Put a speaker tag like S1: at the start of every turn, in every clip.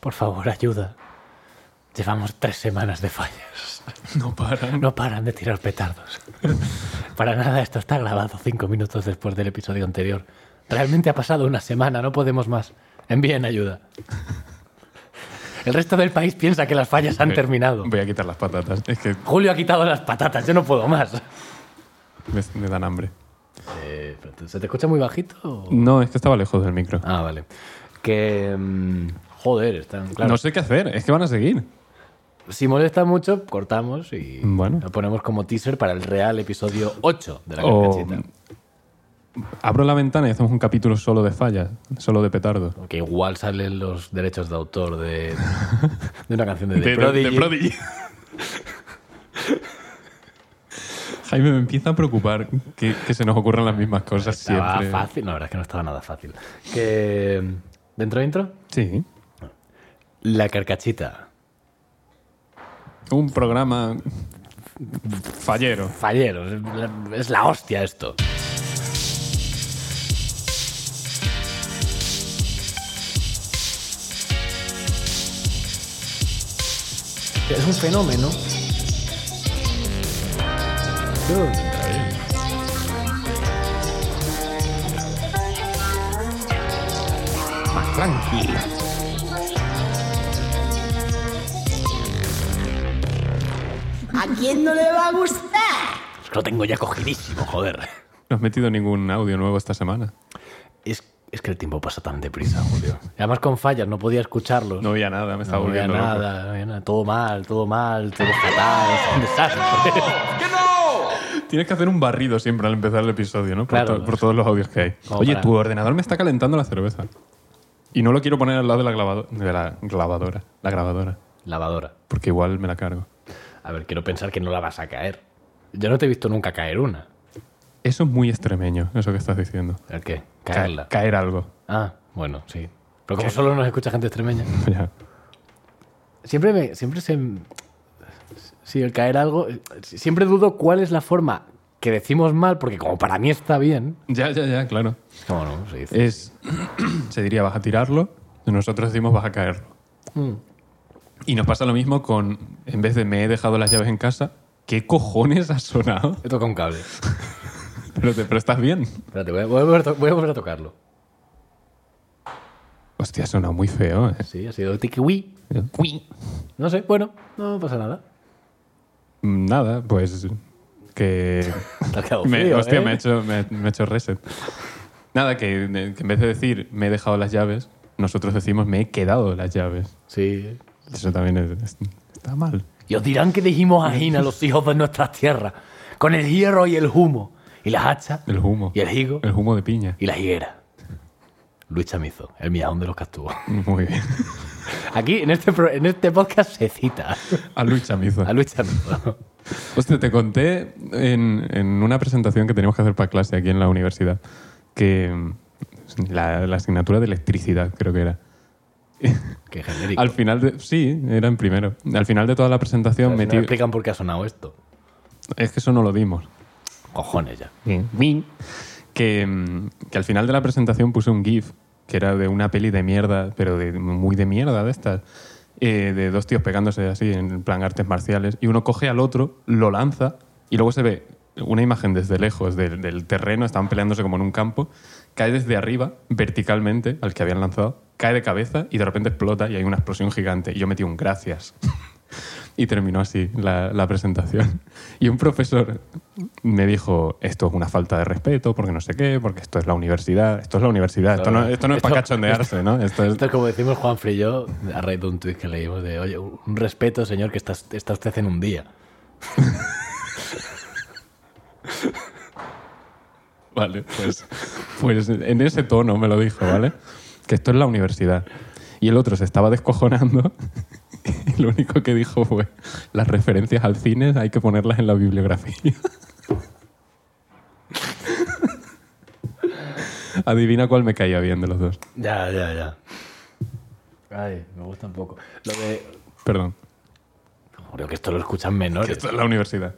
S1: Por favor, ayuda. Llevamos tres semanas de fallas.
S2: No paran.
S1: No paran de tirar petardos. Para nada, esto está grabado cinco minutos después del episodio anterior. Realmente ha pasado una semana, no podemos más. Envíen ayuda. El resto del país piensa que las fallas han
S2: Voy-
S1: terminado.
S2: Voy a quitar las patatas. Es que
S1: Julio ha quitado las patatas, yo no puedo más.
S2: me, me dan hambre.
S1: Eh, ¿Se te escucha muy bajito? o-
S2: No, es que estaba lejos del micro.
S1: Ah, vale. Que. mm, Joder, están. Claro.
S2: No sé qué hacer. Es que van a seguir.
S1: Si molesta mucho, cortamos y
S2: Bueno.
S1: lo ponemos como teaser para el real episodio 8 de la
S2: O-
S1: carcacheta.
S2: Abro la ventana y hacemos un capítulo solo de fallas, solo de petardo.
S1: Porque igual salen los derechos de autor de, de una canción de The
S2: De- de-
S1: Prodigy.
S2: de Prodigy. Jaime, me empieza a preocupar que, que se nos ocurran las mismas cosas
S1: Estaba
S2: siempre.
S1: fácil. No, la verdad es que no estaba nada fácil. Que. ¿Dentro intro?
S2: Sí.
S1: La carcachita.
S2: Un programa fallero.
S1: Falleros. es la- Es la hostia esto. Es un fenómeno.
S2: Más tranquilo.
S3: ¿A quién no le va a gustar?
S1: Lo tengo ya cogidísimo, joder.
S2: No has metido ningún audio nuevo esta semana.
S1: Es, es que el tiempo pasa tan deprisa, Julio. Y además con fallas, no podía escucharlos.
S2: No había nada, me estaba
S1: No había
S2: volviendo loco.
S1: nada, no había nada. todo mal, todo mal, todo fatal, es un desastre.
S2: Tienes que hacer un barrido siempre al empezar el episodio, ¿no? Por,
S1: Claro.
S2: to- por todos los audios que hay.
S1: Como
S2: Oye,
S1: para-
S2: tu ordenador me está calentando la cerveza. Y no lo quiero poner al lado de la, glavado- de la glavadora. La grabadora.
S1: Lavadora.
S2: Porque igual me la cargo.
S1: A ver, quiero pensar que no la vas a caer. Yo no te he visto nunca caer una.
S2: Eso es muy extremeño, eso que estás diciendo.
S1: ¿El qué?
S2: Ca-
S1: Caerla.
S2: caer algo.
S1: ah, bueno, sí. Pero como solo nos escucha gente extremeña.
S2: Ya.
S1: Siempre me, siempre se. Sí, el caer algo. Siempre dudo cuál es la forma que decimos mal, porque como para mí está bien.
S2: ya, ya, ya, claro.
S1: Es como no, se dice.
S2: Es, se diría, vas a tirarlo, y nosotros decimos vas a caerlo.
S1: Hmm.
S2: Y nos pasa lo mismo con, en vez de me he dejado las llaves en casa, ¿qué cojones ha sonado?
S1: He tocado un cable.
S2: Pero, te, pero estás bien.
S1: Espérate, voy a, voy a volver a to- voy a volver a tocarlo.
S2: Hostia, ha sonado muy feo, ¿eh?
S1: Sí, ha sido tikiwi.
S2: Cui.
S1: No sé, bueno, no pasa nada.
S2: Nada, pues que...
S1: Te has quedado
S2: me,
S1: frío,
S2: hostia,
S1: ¿eh?
S2: me, he hecho, me, me he hecho reset. Nada, que, que en vez de decir me he dejado las llaves, nosotros decimos me he quedado las llaves.
S1: Sí.
S2: Eso también es- es- está mal.
S1: Y os dirán que dijimos
S2: Eh.
S1: ajín a los hijos de nuestras tierras, con el hierro y el humo, y las hachas,
S2: El humo.
S1: y el higo,
S2: El humo de piña.
S1: y la higuera. Luis Chamizo, el miadón de los castúos.
S2: Muy bien.
S1: Aquí, en este, pro- en este podcast, se cita
S2: A Luis Chamizo.
S1: a Luis Chamizo.
S2: Hostia, te conté en, en una presentación que teníamos que hacer para clase aquí en la universidad que mm, la, la asignatura de electricidad creo que era.
S1: Qué genérico.
S2: Al final de... Sí, era en primero. Al final de toda la presentación
S1: Si no
S2: metí...
S1: explican por qué ha sonado esto.
S2: Es que eso no lo dimos.
S1: Cojones ya.
S2: Que, mm, que al final de la presentación puse un GIF que era de una peli de mierda, pero de muy de mierda de estas. eh, de dos tíos pegándose así en plan artes marciales y uno coge al otro, lo lanza y luego se ve una imagen desde lejos del, del terreno, estaban peleándose como en un campo, cae desde arriba, verticalmente, al que habían lanzado, cae de cabeza y de repente explota y hay una explosión gigante. Y yo metí un gracias. Y terminó así la, la presentación. Y un profesor me dijo, esto es una falta de respeto, porque no sé qué, porque esto es la universidad, esto es la universidad, esto no, esto no es para
S1: Esto-
S2: cachondearse, ¿no? Esto es...
S1: Esto es como decimos Juan y yo, a raíz de un tuit que leímos de, oye, un respeto, señor, que está, está usted en un día.
S2: Vale, pues, pues en ese tono me lo dijo, ¿vale? Que esto es la universidad. Y el otro se estaba descojonando y lo único que dijo fue, las referencias al cine hay que ponerlas en la bibliografía. Adivina cuál me caía bien de los dos.
S1: Ya, ya, ya. Ay, me gusta un poco. Lo de
S2: Perdón.
S1: Creo que esto lo escuchan menores.
S2: Esto es la universidad.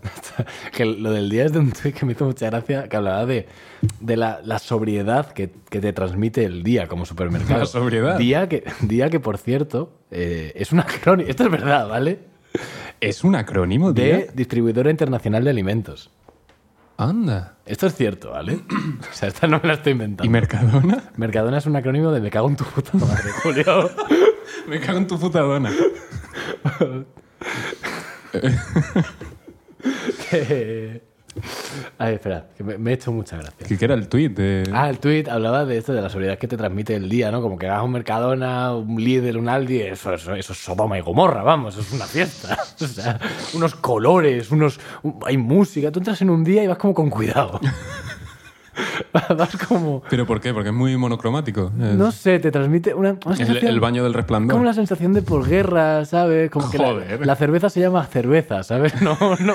S1: que lo del día es de un tweet que me hizo mucha gracia, que hablaba de, de la, la sobriedad que, que te transmite el día como supermercado.
S2: La sobriedad.
S1: Día que, día que por cierto, eh, es una crónica. Esto es verdad, ¿vale?
S2: ¿Es un acrónimo, tío?
S1: De Distribuidora Internacional de Alimentos.
S2: Anda.
S1: Esto es cierto, ¿vale? O sea, esta no me la estoy inventando.
S2: ¿Y Mercadona?
S1: Mercadona es un acrónimo de Me cago en tu puta madre, Julio.
S2: Me cago en tu puta dona.
S1: Que- Ay, espera, que me, me he hecho mucha gracia.
S2: ¿Qué era el tuit? de-
S1: Ah, el tweet hablaba de esto, de la sobriedad que te transmite el día, ¿no? Como que hagas un Mercadona, un líder, un Aldi, eso, eso, eso es Sodoma y Gomorra, vamos, eso es una fiesta. O sea, unos colores, unos, un- hay música, tú entras en un día y vas como con cuidado. vas como,
S2: ¿Pero por qué? Porque es muy monocromático. Es-
S1: no sé, te transmite una, una
S2: el,
S1: sensación-
S2: el baño del resplandor.
S1: Como la sensación de posguerra, ¿sabes? Como que la-
S2: Joder.
S1: La, cerveza se llama cerveza, ¿sabes? No, no,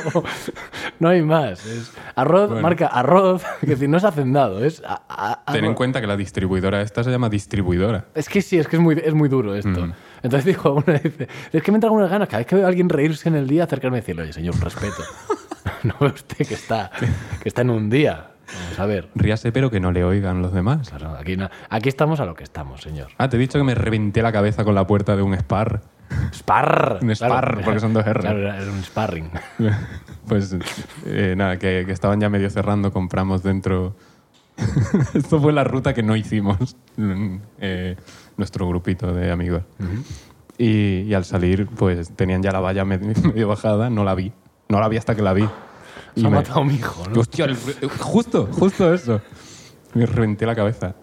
S1: no hay más. Es arroz,
S2: Bueno.
S1: marca arroz, que decir, no es hacendado, es... a- a-
S2: Ten en
S1: arroz.
S2: cuenta que la distribuidora esta se llama distribuidora.
S1: Es que sí, es que es muy, es muy duro esto. Entonces dijo, uno dice, es que me entran unas ganas cada vez que veo a alguien reírse en el día, acercarme y decirle, oye, señor, un respeto. no ve usted que está, que está en un día. Vamos a ver.
S2: Ríase, pero que no le oigan los demás.
S1: Claro, aquí, na- aquí estamos a lo que estamos, señor.
S2: Ah, te he dicho que me reventé la cabeza con la puerta de un spar.
S1: Spar.
S2: Un spar, porque son dos R.
S1: Claro, era era un sparring.
S2: Pues eh, nada, que, que estaban ya medio cerrando, compramos dentro. Esto fue la ruta que no hicimos mm, eh, nuestro grupito de amigos. y, y al salir, pues tenían ya la valla med- medio, bajada, no la vi. No la vi hasta que la vi. Y
S1: Se ha
S2: me-
S1: matado a mi hijo, ¿no?
S2: Hostia, el- justo, justo eso. Me reventé la cabeza.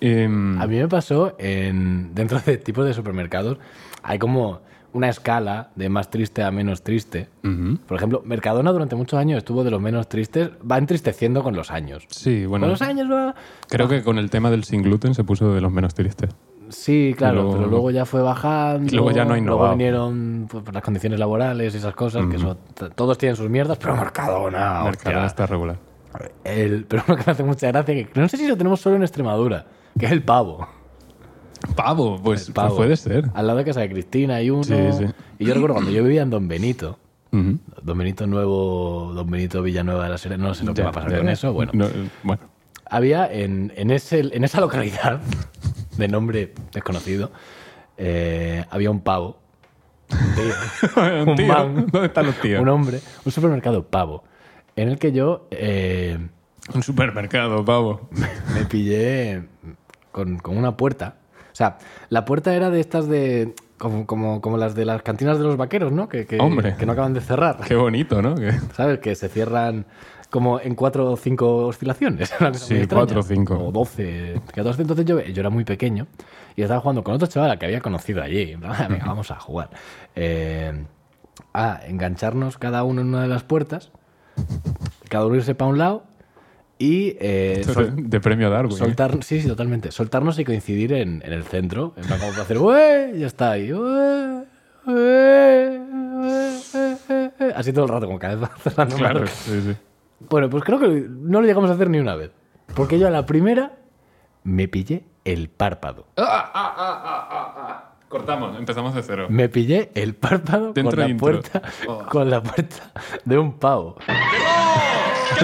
S2: Em,
S1: A mí me pasó en, dentro de tipos de supermercados, hay como una escala de más triste a menos triste.
S2: ujú.
S1: Por ejemplo, Mercadona durante muchos años estuvo de los menos tristes, va entristeciendo con los años.
S2: Sí, bueno.
S1: Con los años va...
S2: Creo que con el tema del sin gluten se puso de los menos tristes.
S1: Sí, claro,
S2: Luego-
S1: pero luego ya fue bajando.
S2: Y luego ya no
S1: Luego
S2: ha innovado.
S1: vinieron pues, las condiciones laborales y esas cosas, que eso- t- todos tienen sus mierdas, pero Mercadona, Ah,
S2: Mercadona
S1: hostia.
S2: está regular.
S1: El- pero uno que me hace mucha gracia, que no sé si lo tenemos solo en Extremadura, que es el pavo.
S2: Pavo, pues,
S1: El pavo. Ah.
S2: pues puede ser.
S1: Al lado de casa de Cristina hay uno.
S2: Sí, sí.
S1: Y yo recuerdo cuando yo vivía en Don Benito,
S2: Ujú.
S1: Don Benito Nuevo, Don Benito Villanueva de la Serena, no sé lo que
S2: Ya,
S1: va a pasar
S2: ya.
S1: con eso. Bueno,
S2: No, eh, bueno.
S1: había en, en ese, en esa localidad, de nombre desconocido, eh, había un pavo. Un tío,
S2: Tío,
S1: man,
S2: ¿Dónde están los tíos?
S1: un hombre, un supermercado pavo, en el que yo eh,
S2: Un supermercado, pavo.
S1: me pillé con, con una puerta. O sea, la puerta era de estas de. Como, como, como las de las cantinas de los vaqueros, ¿no? Que, que-
S2: Hombre.
S1: que no acaban de cerrar.
S2: Qué bonito, ¿no? Que-
S1: ¿Sabes? Que se cierran como en cuatro o cinco oscilaciones. una cosa
S2: Sí,
S1: muy extraña.
S2: cuatro o cinco.
S1: O doce, catorce. Entonces yo, yo era muy pequeño y estaba jugando con otro chaval al que había conocido allí. "Ah, Venga, vamos a jugar. Eh, a engancharnos cada uno en una de las puertas, cada uno irse para un lado y eh,
S2: Esto
S1: sol-
S2: es de premio Darwin. ¿eh?
S1: soltar, sí, sí, totalmente. Soltarnos y coincidir en, en el centro. En plan, como para hacer, "Ué", y ya está ahí. "Ué, ué, ué, ué, ué". Así todo el rato, como cada vez va cerrando más.
S2: Claro, sí, sí.
S1: Bueno, pues creo que no lo llegamos a hacer ni una vez. Porque yo a la primera me pillé el párpado.
S2: Ah. Cortamos, empezamos de cero.
S1: Me pillé el párpado
S2: Dentro
S1: con la,
S2: intro.
S1: puerta,
S4: Oh.
S1: con la puerta de un pavo.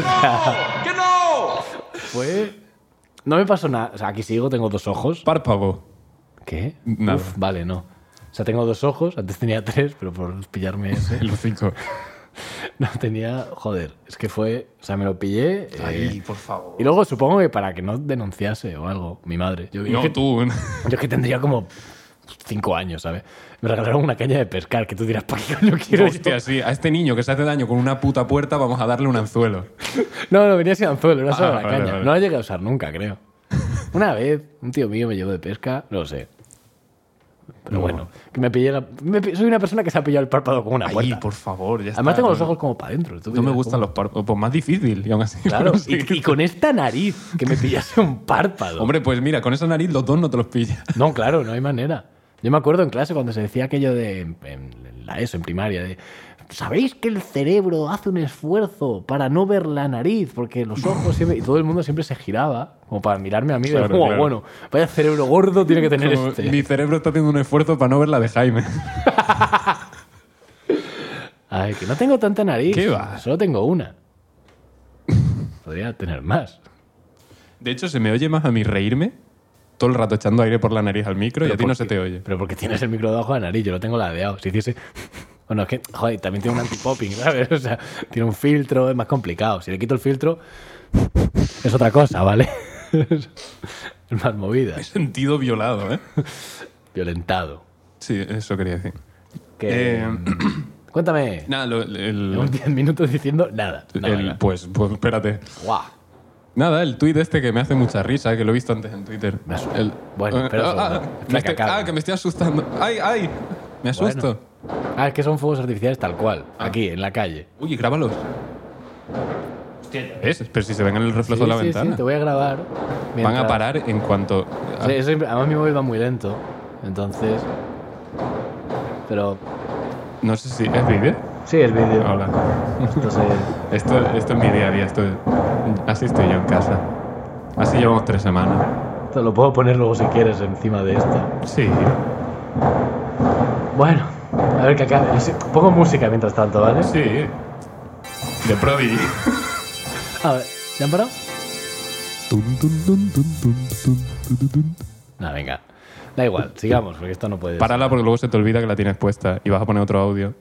S4: ¡Que no!
S1: Fue... No me pasó nada. O sea, aquí sigo, tengo dos ojos.
S2: Párpado.
S1: ¿Qué?
S2: Nada.
S1: Uf, vale, no. O sea, tengo dos ojos, antes tenía tres, pero por pillarme ese.
S2: El hocico.
S1: No tenía, joder, es que fue, o sea, me lo pillé. eh,
S2: por favor.
S1: y luego supongo que para que no denunciase o algo, mi madre. Yo, yo
S2: No,
S1: que,
S2: tú.
S1: yo que tendría como cinco años, ¿sabes? Me regalaron una caña de pescar, que tú dirás, ¿para qué coño quiero yo?".
S2: Hostia, sí. A este niño que se hace daño con una puta puerta, vamos a darle un anzuelo.
S1: No, no, venía sin anzuelo, era solo
S2: Ah,
S1: la
S2: vale,
S1: caña.
S2: vale.
S1: No la llegué a usar nunca, creo. Una vez, un tío mío me llevó de pesca, no lo sé. Pero
S2: No.
S1: bueno, que me pillé la- me pi- soy una persona que se ha pillado el párpado con una
S2: Ahí,
S1: puerta.
S2: por favor. ya
S1: Además
S2: está.
S1: tengo los ojos ¿eh? como para adentro.
S2: No me gustan los párpados. Pues más difícil, y aún así.
S1: Claro,
S2: pero sí.
S1: y, y con esta nariz que me pillase un párpado.
S2: Hombre, pues mira, con esa nariz los dos no te los pillas.
S1: No, claro, no hay manera. Yo me acuerdo en clase cuando se decía aquello de en, en la ESO, en primaria, de ¿sabéis que el cerebro hace un esfuerzo para no ver la nariz? Porque los ojos siempre, y todo el mundo siempre se giraba como para mirarme a mí de,
S2: Claro,
S1: "Oh,
S2: claro.
S1: bueno, vaya cerebro gordo tiene que tener
S2: Como
S1: este.
S2: Mi cerebro está haciendo un esfuerzo para no ver la de Jaime.
S1: Ay, que no tengo tanta nariz.
S2: ¿Qué va?
S1: Solo tengo una. Podría tener más.
S2: De hecho, se me oye más a mí reírme todo el rato echando aire por la nariz al micro y a ti no
S1: porque-
S2: se te oye.
S1: Pero porque tienes el micro debajo de la nariz, yo lo tengo ladeado. Si hiciese. Bueno, es que, joder, también tiene un anti-popping, ¿sabes? O sea, tiene un filtro, es más complicado. Si le quito el filtro, es otra cosa, ¿vale? es más movida,
S2: He sentido violado, ¿eh?
S1: violentado.
S2: Sí, eso quería decir.
S1: Que-
S2: Eh,
S1: Cuéntame.
S2: Nada, lo- el,
S1: Llevamos 10 minutos diciendo nada. nada,
S2: el-
S1: nada.
S2: pues, pues espérate.
S1: Guau.
S2: Nada, el tuit este que me hace mucha risa, que lo he visto antes en Twitter.
S1: Me asusta.
S2: El-
S1: Bueno, espera un
S2: ah, ah,
S1: segundo.
S2: me
S1: Espera que
S2: estoy-
S1: acabe.
S2: ah, que me estoy asustando. ¡Ay, ay! Me asusto.
S1: Bueno. Ah, es que son fuegos artificiales tal cual,
S2: Ah.
S1: aquí, en la calle.
S2: Uy, grábalos. ¿Ves? Pero si se ven en el reflejo de la
S1: Sí, sí,
S2: ventana.
S1: sí, te voy a grabar.
S2: Van a
S1: mientras-
S2: parar en cuanto. ah,
S1: Sí, eso- además mi móvil va muy lento, entonces... Pero...
S2: No sé si es vídeo.
S1: Sí, el vídeo.
S2: Ah. Hola.
S1: Esto se-
S2: Esto, esto es mi día a día. Esto, así estoy yo en casa. Así llevamos tres semanas.
S1: Te lo puedo poner luego si quieres encima de esto.
S2: Sí.
S1: Bueno, a ver que acabe. No sé, Pongo música mientras tanto, ¿vale?
S2: Sí. De Prodigy.
S1: A ver, ¿ya han parado? No, venga. Da igual, sigamos, porque esto no puede
S2: Párala porque luego se te olvida que la tienes puesta y vas a poner otro audio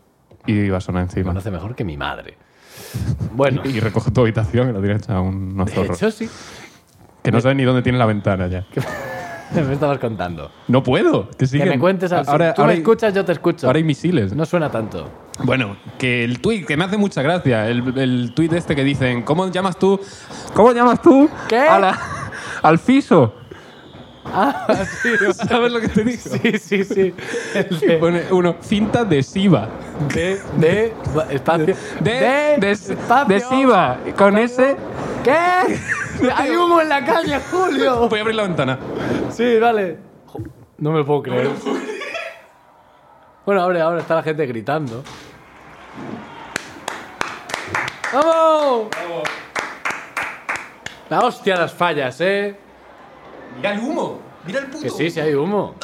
S2: y va a sonar
S1: ser.
S2: encima.
S1: Conoce mejor que mi madre. Bueno,
S2: Y recoge tu habitación y la tienes a unos
S1: de
S2: zorros.
S1: hecho sí.
S2: Que no sabes ni dónde tienes la ventana ya.
S1: Me estabas contando.
S2: No puedo. Que,
S1: Que
S2: siguen.
S1: me cuentes al...
S2: Ahora,
S1: Tú
S2: ahora
S1: me
S2: hay-
S1: escuchas, yo te escucho.
S2: ahora hay misiles.
S1: No suena tanto.
S2: Bueno, que el tweet que me hace mucha gracia, el, el tweet este que dicen, ¿cómo llamas tú? ¿Cómo llamas tú?
S1: ¿Qué?
S2: a la- al fiso.
S1: Ah, sí,
S2: ¿Sabes lo que te digo?
S1: sí, sí, sí. El
S2: Y
S1: de-
S2: pone uno, cinta adhesiva.
S1: De, de, espacio.
S2: De, de,
S1: espacio.
S2: adhesiva, con ese.
S1: ¿Qué? Hay humo en la calle, Julio.
S2: Voy a abrir la ventana.
S1: Sí, vale. Jo, No me lo puedo creer. Bueno, ahora, ahora está la gente gritando. ¡Vamos! La hostia las fallas, ¿eh?
S2: Mira el humo, mira el puto.
S1: Que sí, sí hay humo.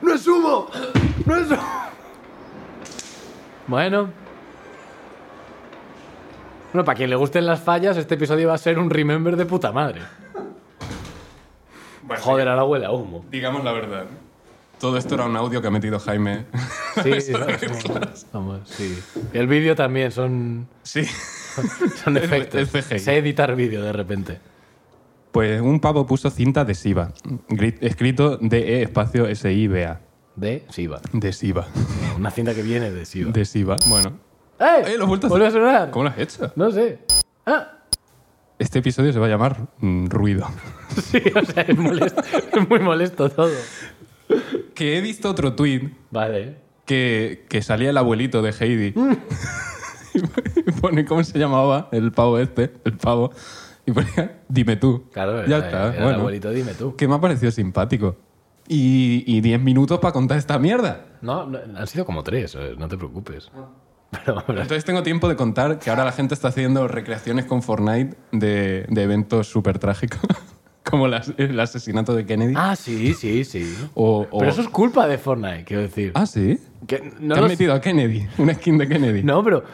S1: ¡No es humo! ¡No es humo! Bueno. Bueno, para quien le gusten las fallas, este episodio va a ser un remember de puta madre. Joder, ahora huele a humo.
S2: Digamos la verdad. Todo esto era un audio que ha metido Jaime.
S1: Sí, sí, vamos, vamos, sí. Y el vídeo también son,
S2: sí.
S1: son
S2: Es-
S1: efectos.
S2: es CGI.
S1: Sé editar vídeo de repente.
S2: Pues un pavo puso cinta adhesiva, gri- escrito DE E espacio SIBA.
S1: De Siva.
S2: Adhesiva.
S1: Una cinta que viene de Siva.
S2: Adhesiva. Bueno.
S1: ¡Eh!
S2: Eh, lo he vuelto a
S1: ¿Vuelve a sonar?
S2: ¿Cómo lo has hecho?
S1: No sé. ¡Ah!
S2: Este episodio se va a llamar mm, Ruido.
S1: Sí, o sea, es, molesto, es muy molesto todo.
S2: Que he visto otro tweet
S1: Vale.
S2: que, que salía el abuelito de Heidi. y pone cómo se llamaba el pavo este, el pavo. Y ponía, dime tú.
S1: Claro,
S2: ya
S1: era-
S2: está.
S1: era el
S2: bueno,
S1: abuelito, dime tú.
S2: que me ha parecido simpático. Y, y 10 minutos para contar esta mierda.
S1: No, no, han sido como tres, eh, no te preocupes. Pero, pero-
S2: Entonces tengo tiempo de contar que ahora la gente está haciendo recreaciones con Fortnite de, de eventos súper trágicos, como las- el asesinato de Kennedy.
S1: ah, sí, sí, sí.
S2: o, o-
S1: Pero eso es culpa de Fortnite, quiero decir.
S2: Ah, sí.
S1: Que no
S2: Te
S1: lo
S2: han
S1: sé.
S2: metido a Kennedy, una skin de Kennedy.
S1: No, pero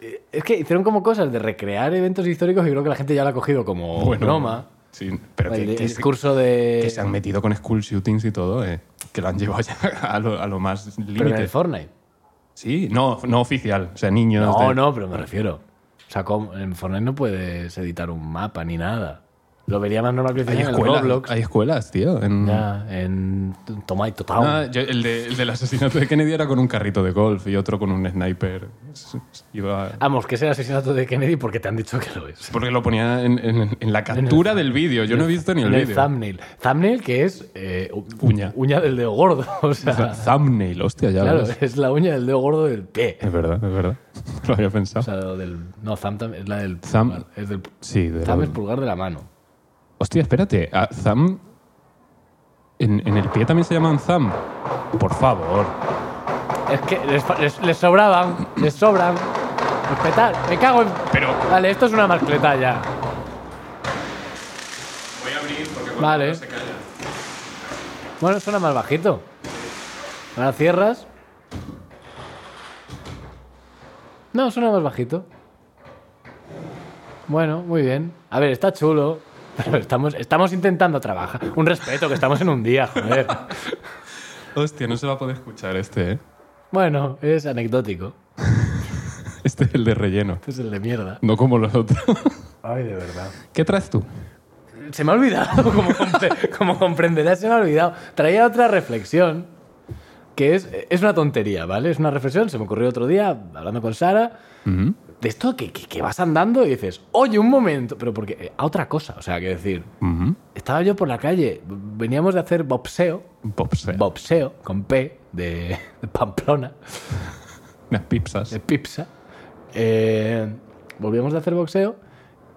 S1: eh, es que hicieron como cosas de recrear eventos históricos y creo que la gente ya lo ha cogido como broma.
S2: Oh, Sí, pero que,
S1: el
S2: que-
S1: discurso de...
S2: que se han metido con school shootings y todo, eh, que lo han llevado ya a lo, a lo más
S1: pero en el
S2: límite.
S1: Fortnite.
S2: Sí, no, no oficial, o sea, niños.
S1: No,
S2: de-
S1: no, pero me refiero. O sea, como- en Fortnite no puedes editar un mapa ni nada. Lo vería más normal que lo
S2: Hay
S1: hicieran en el
S2: escuelas,
S1: Roblox.
S2: hay escuelas, tío. en-
S1: Ya, en Tomato Town.
S2: Ah, yo- el, de- el del asesinato de Kennedy era con un carrito de golf y otro con un sniper. Iba a-
S1: Vamos, que es el asesinato de Kennedy porque te han dicho que lo es.
S2: Porque lo ponía en, en- en la captura del vídeo. Yo no he visto ni el
S1: En el
S2: vídeo.
S1: thumbnail. Thumbnail que es eh, u-
S2: Uña.
S1: Uña del dedo gordo. O sea,
S2: Thumbnail, hostia, ya
S1: claro,
S2: ves.
S1: es la uña del dedo gordo del pie.
S2: Es verdad, es verdad. Lo había
S1: O
S2: pensado.
S1: sea, lo del. No, thumb tam- es la del.
S2: Thumb-
S1: pulgar, Es del
S2: sí, de
S1: thumb
S2: la-
S1: es pulgar de la mano.
S2: Hostia, espérate. a- Thumb. En, en el pie también se llaman Thumb. Por favor.
S1: Es que les, fa- les- les sobraban, les sobran. Respetar, me cago en.
S2: Pero
S1: Vale, esto es una mascleta ya.
S2: voy a abrir porque
S1: cuando Vale. no se
S2: calla.
S1: Bueno, suena más bajito. Ahora cierras. No, suena más bajito. Bueno, muy bien. A ver, está chulo. Pero estamos, estamos intentando trabajar. Un respeto, que estamos en un día, joder.
S2: Hostia, no se va a poder escuchar este, ¿eh?
S1: Bueno, es anecdótico.
S2: Este es el de relleno,
S1: Este es el de mierda.
S2: no como los otros.
S1: Ay, de verdad.
S2: ¿Qué traes tú?
S1: Se me ha olvidado, como, compre- como comprenderás, se me ha olvidado. Traía otra reflexión, que es, es una tontería, ¿vale? Es una reflexión, se me ocurrió otro día, hablando con Sara, de esto que, que- que vas andando y dices, oye, un momento, pero porque eh, a otra cosa, o sea, que decir,
S2: Ujú.
S1: estaba yo por la calle, veníamos de hacer bobseo,
S2: Popsel.
S1: bobseo, con P, de, de Pamplona,
S2: Unas pizzas.
S1: de Pipsa, Eh, volvíamos de hacer boxeo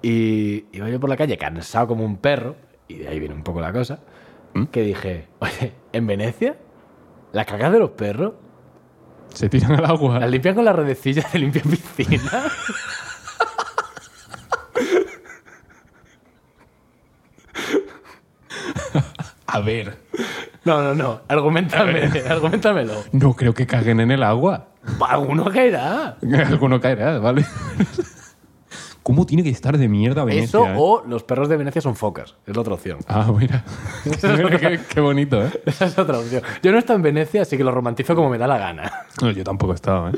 S1: y iba yo por la calle cansado como un perro, y de ahí viene un poco la cosa,
S2: ¿Mm?
S1: que dije, oye, ¿en Venecia? ¿La cagada de los perros?
S2: Se tiran al agua.
S1: ¿La limpian con la redecilla de limpia piscina?
S2: A ver.
S1: No, no, no, argumentame, argumentamelo.
S2: No creo que caguen en el agua.
S1: Alguno caerá.
S2: Alguno caerá, ¿vale? ¿Cómo tiene que estar de mierda Venecia?
S1: Eso
S2: eh?
S1: o los perros de Venecia son focas, es la otra opción.
S2: Ah, mira.
S1: Eso es otra-
S2: qué, qué bonito, ¿eh?
S1: Esa es otra opción. Yo no he estado en Venecia, así que lo romantizo como me da la gana.
S2: No, yo tampoco he estado, ¿eh?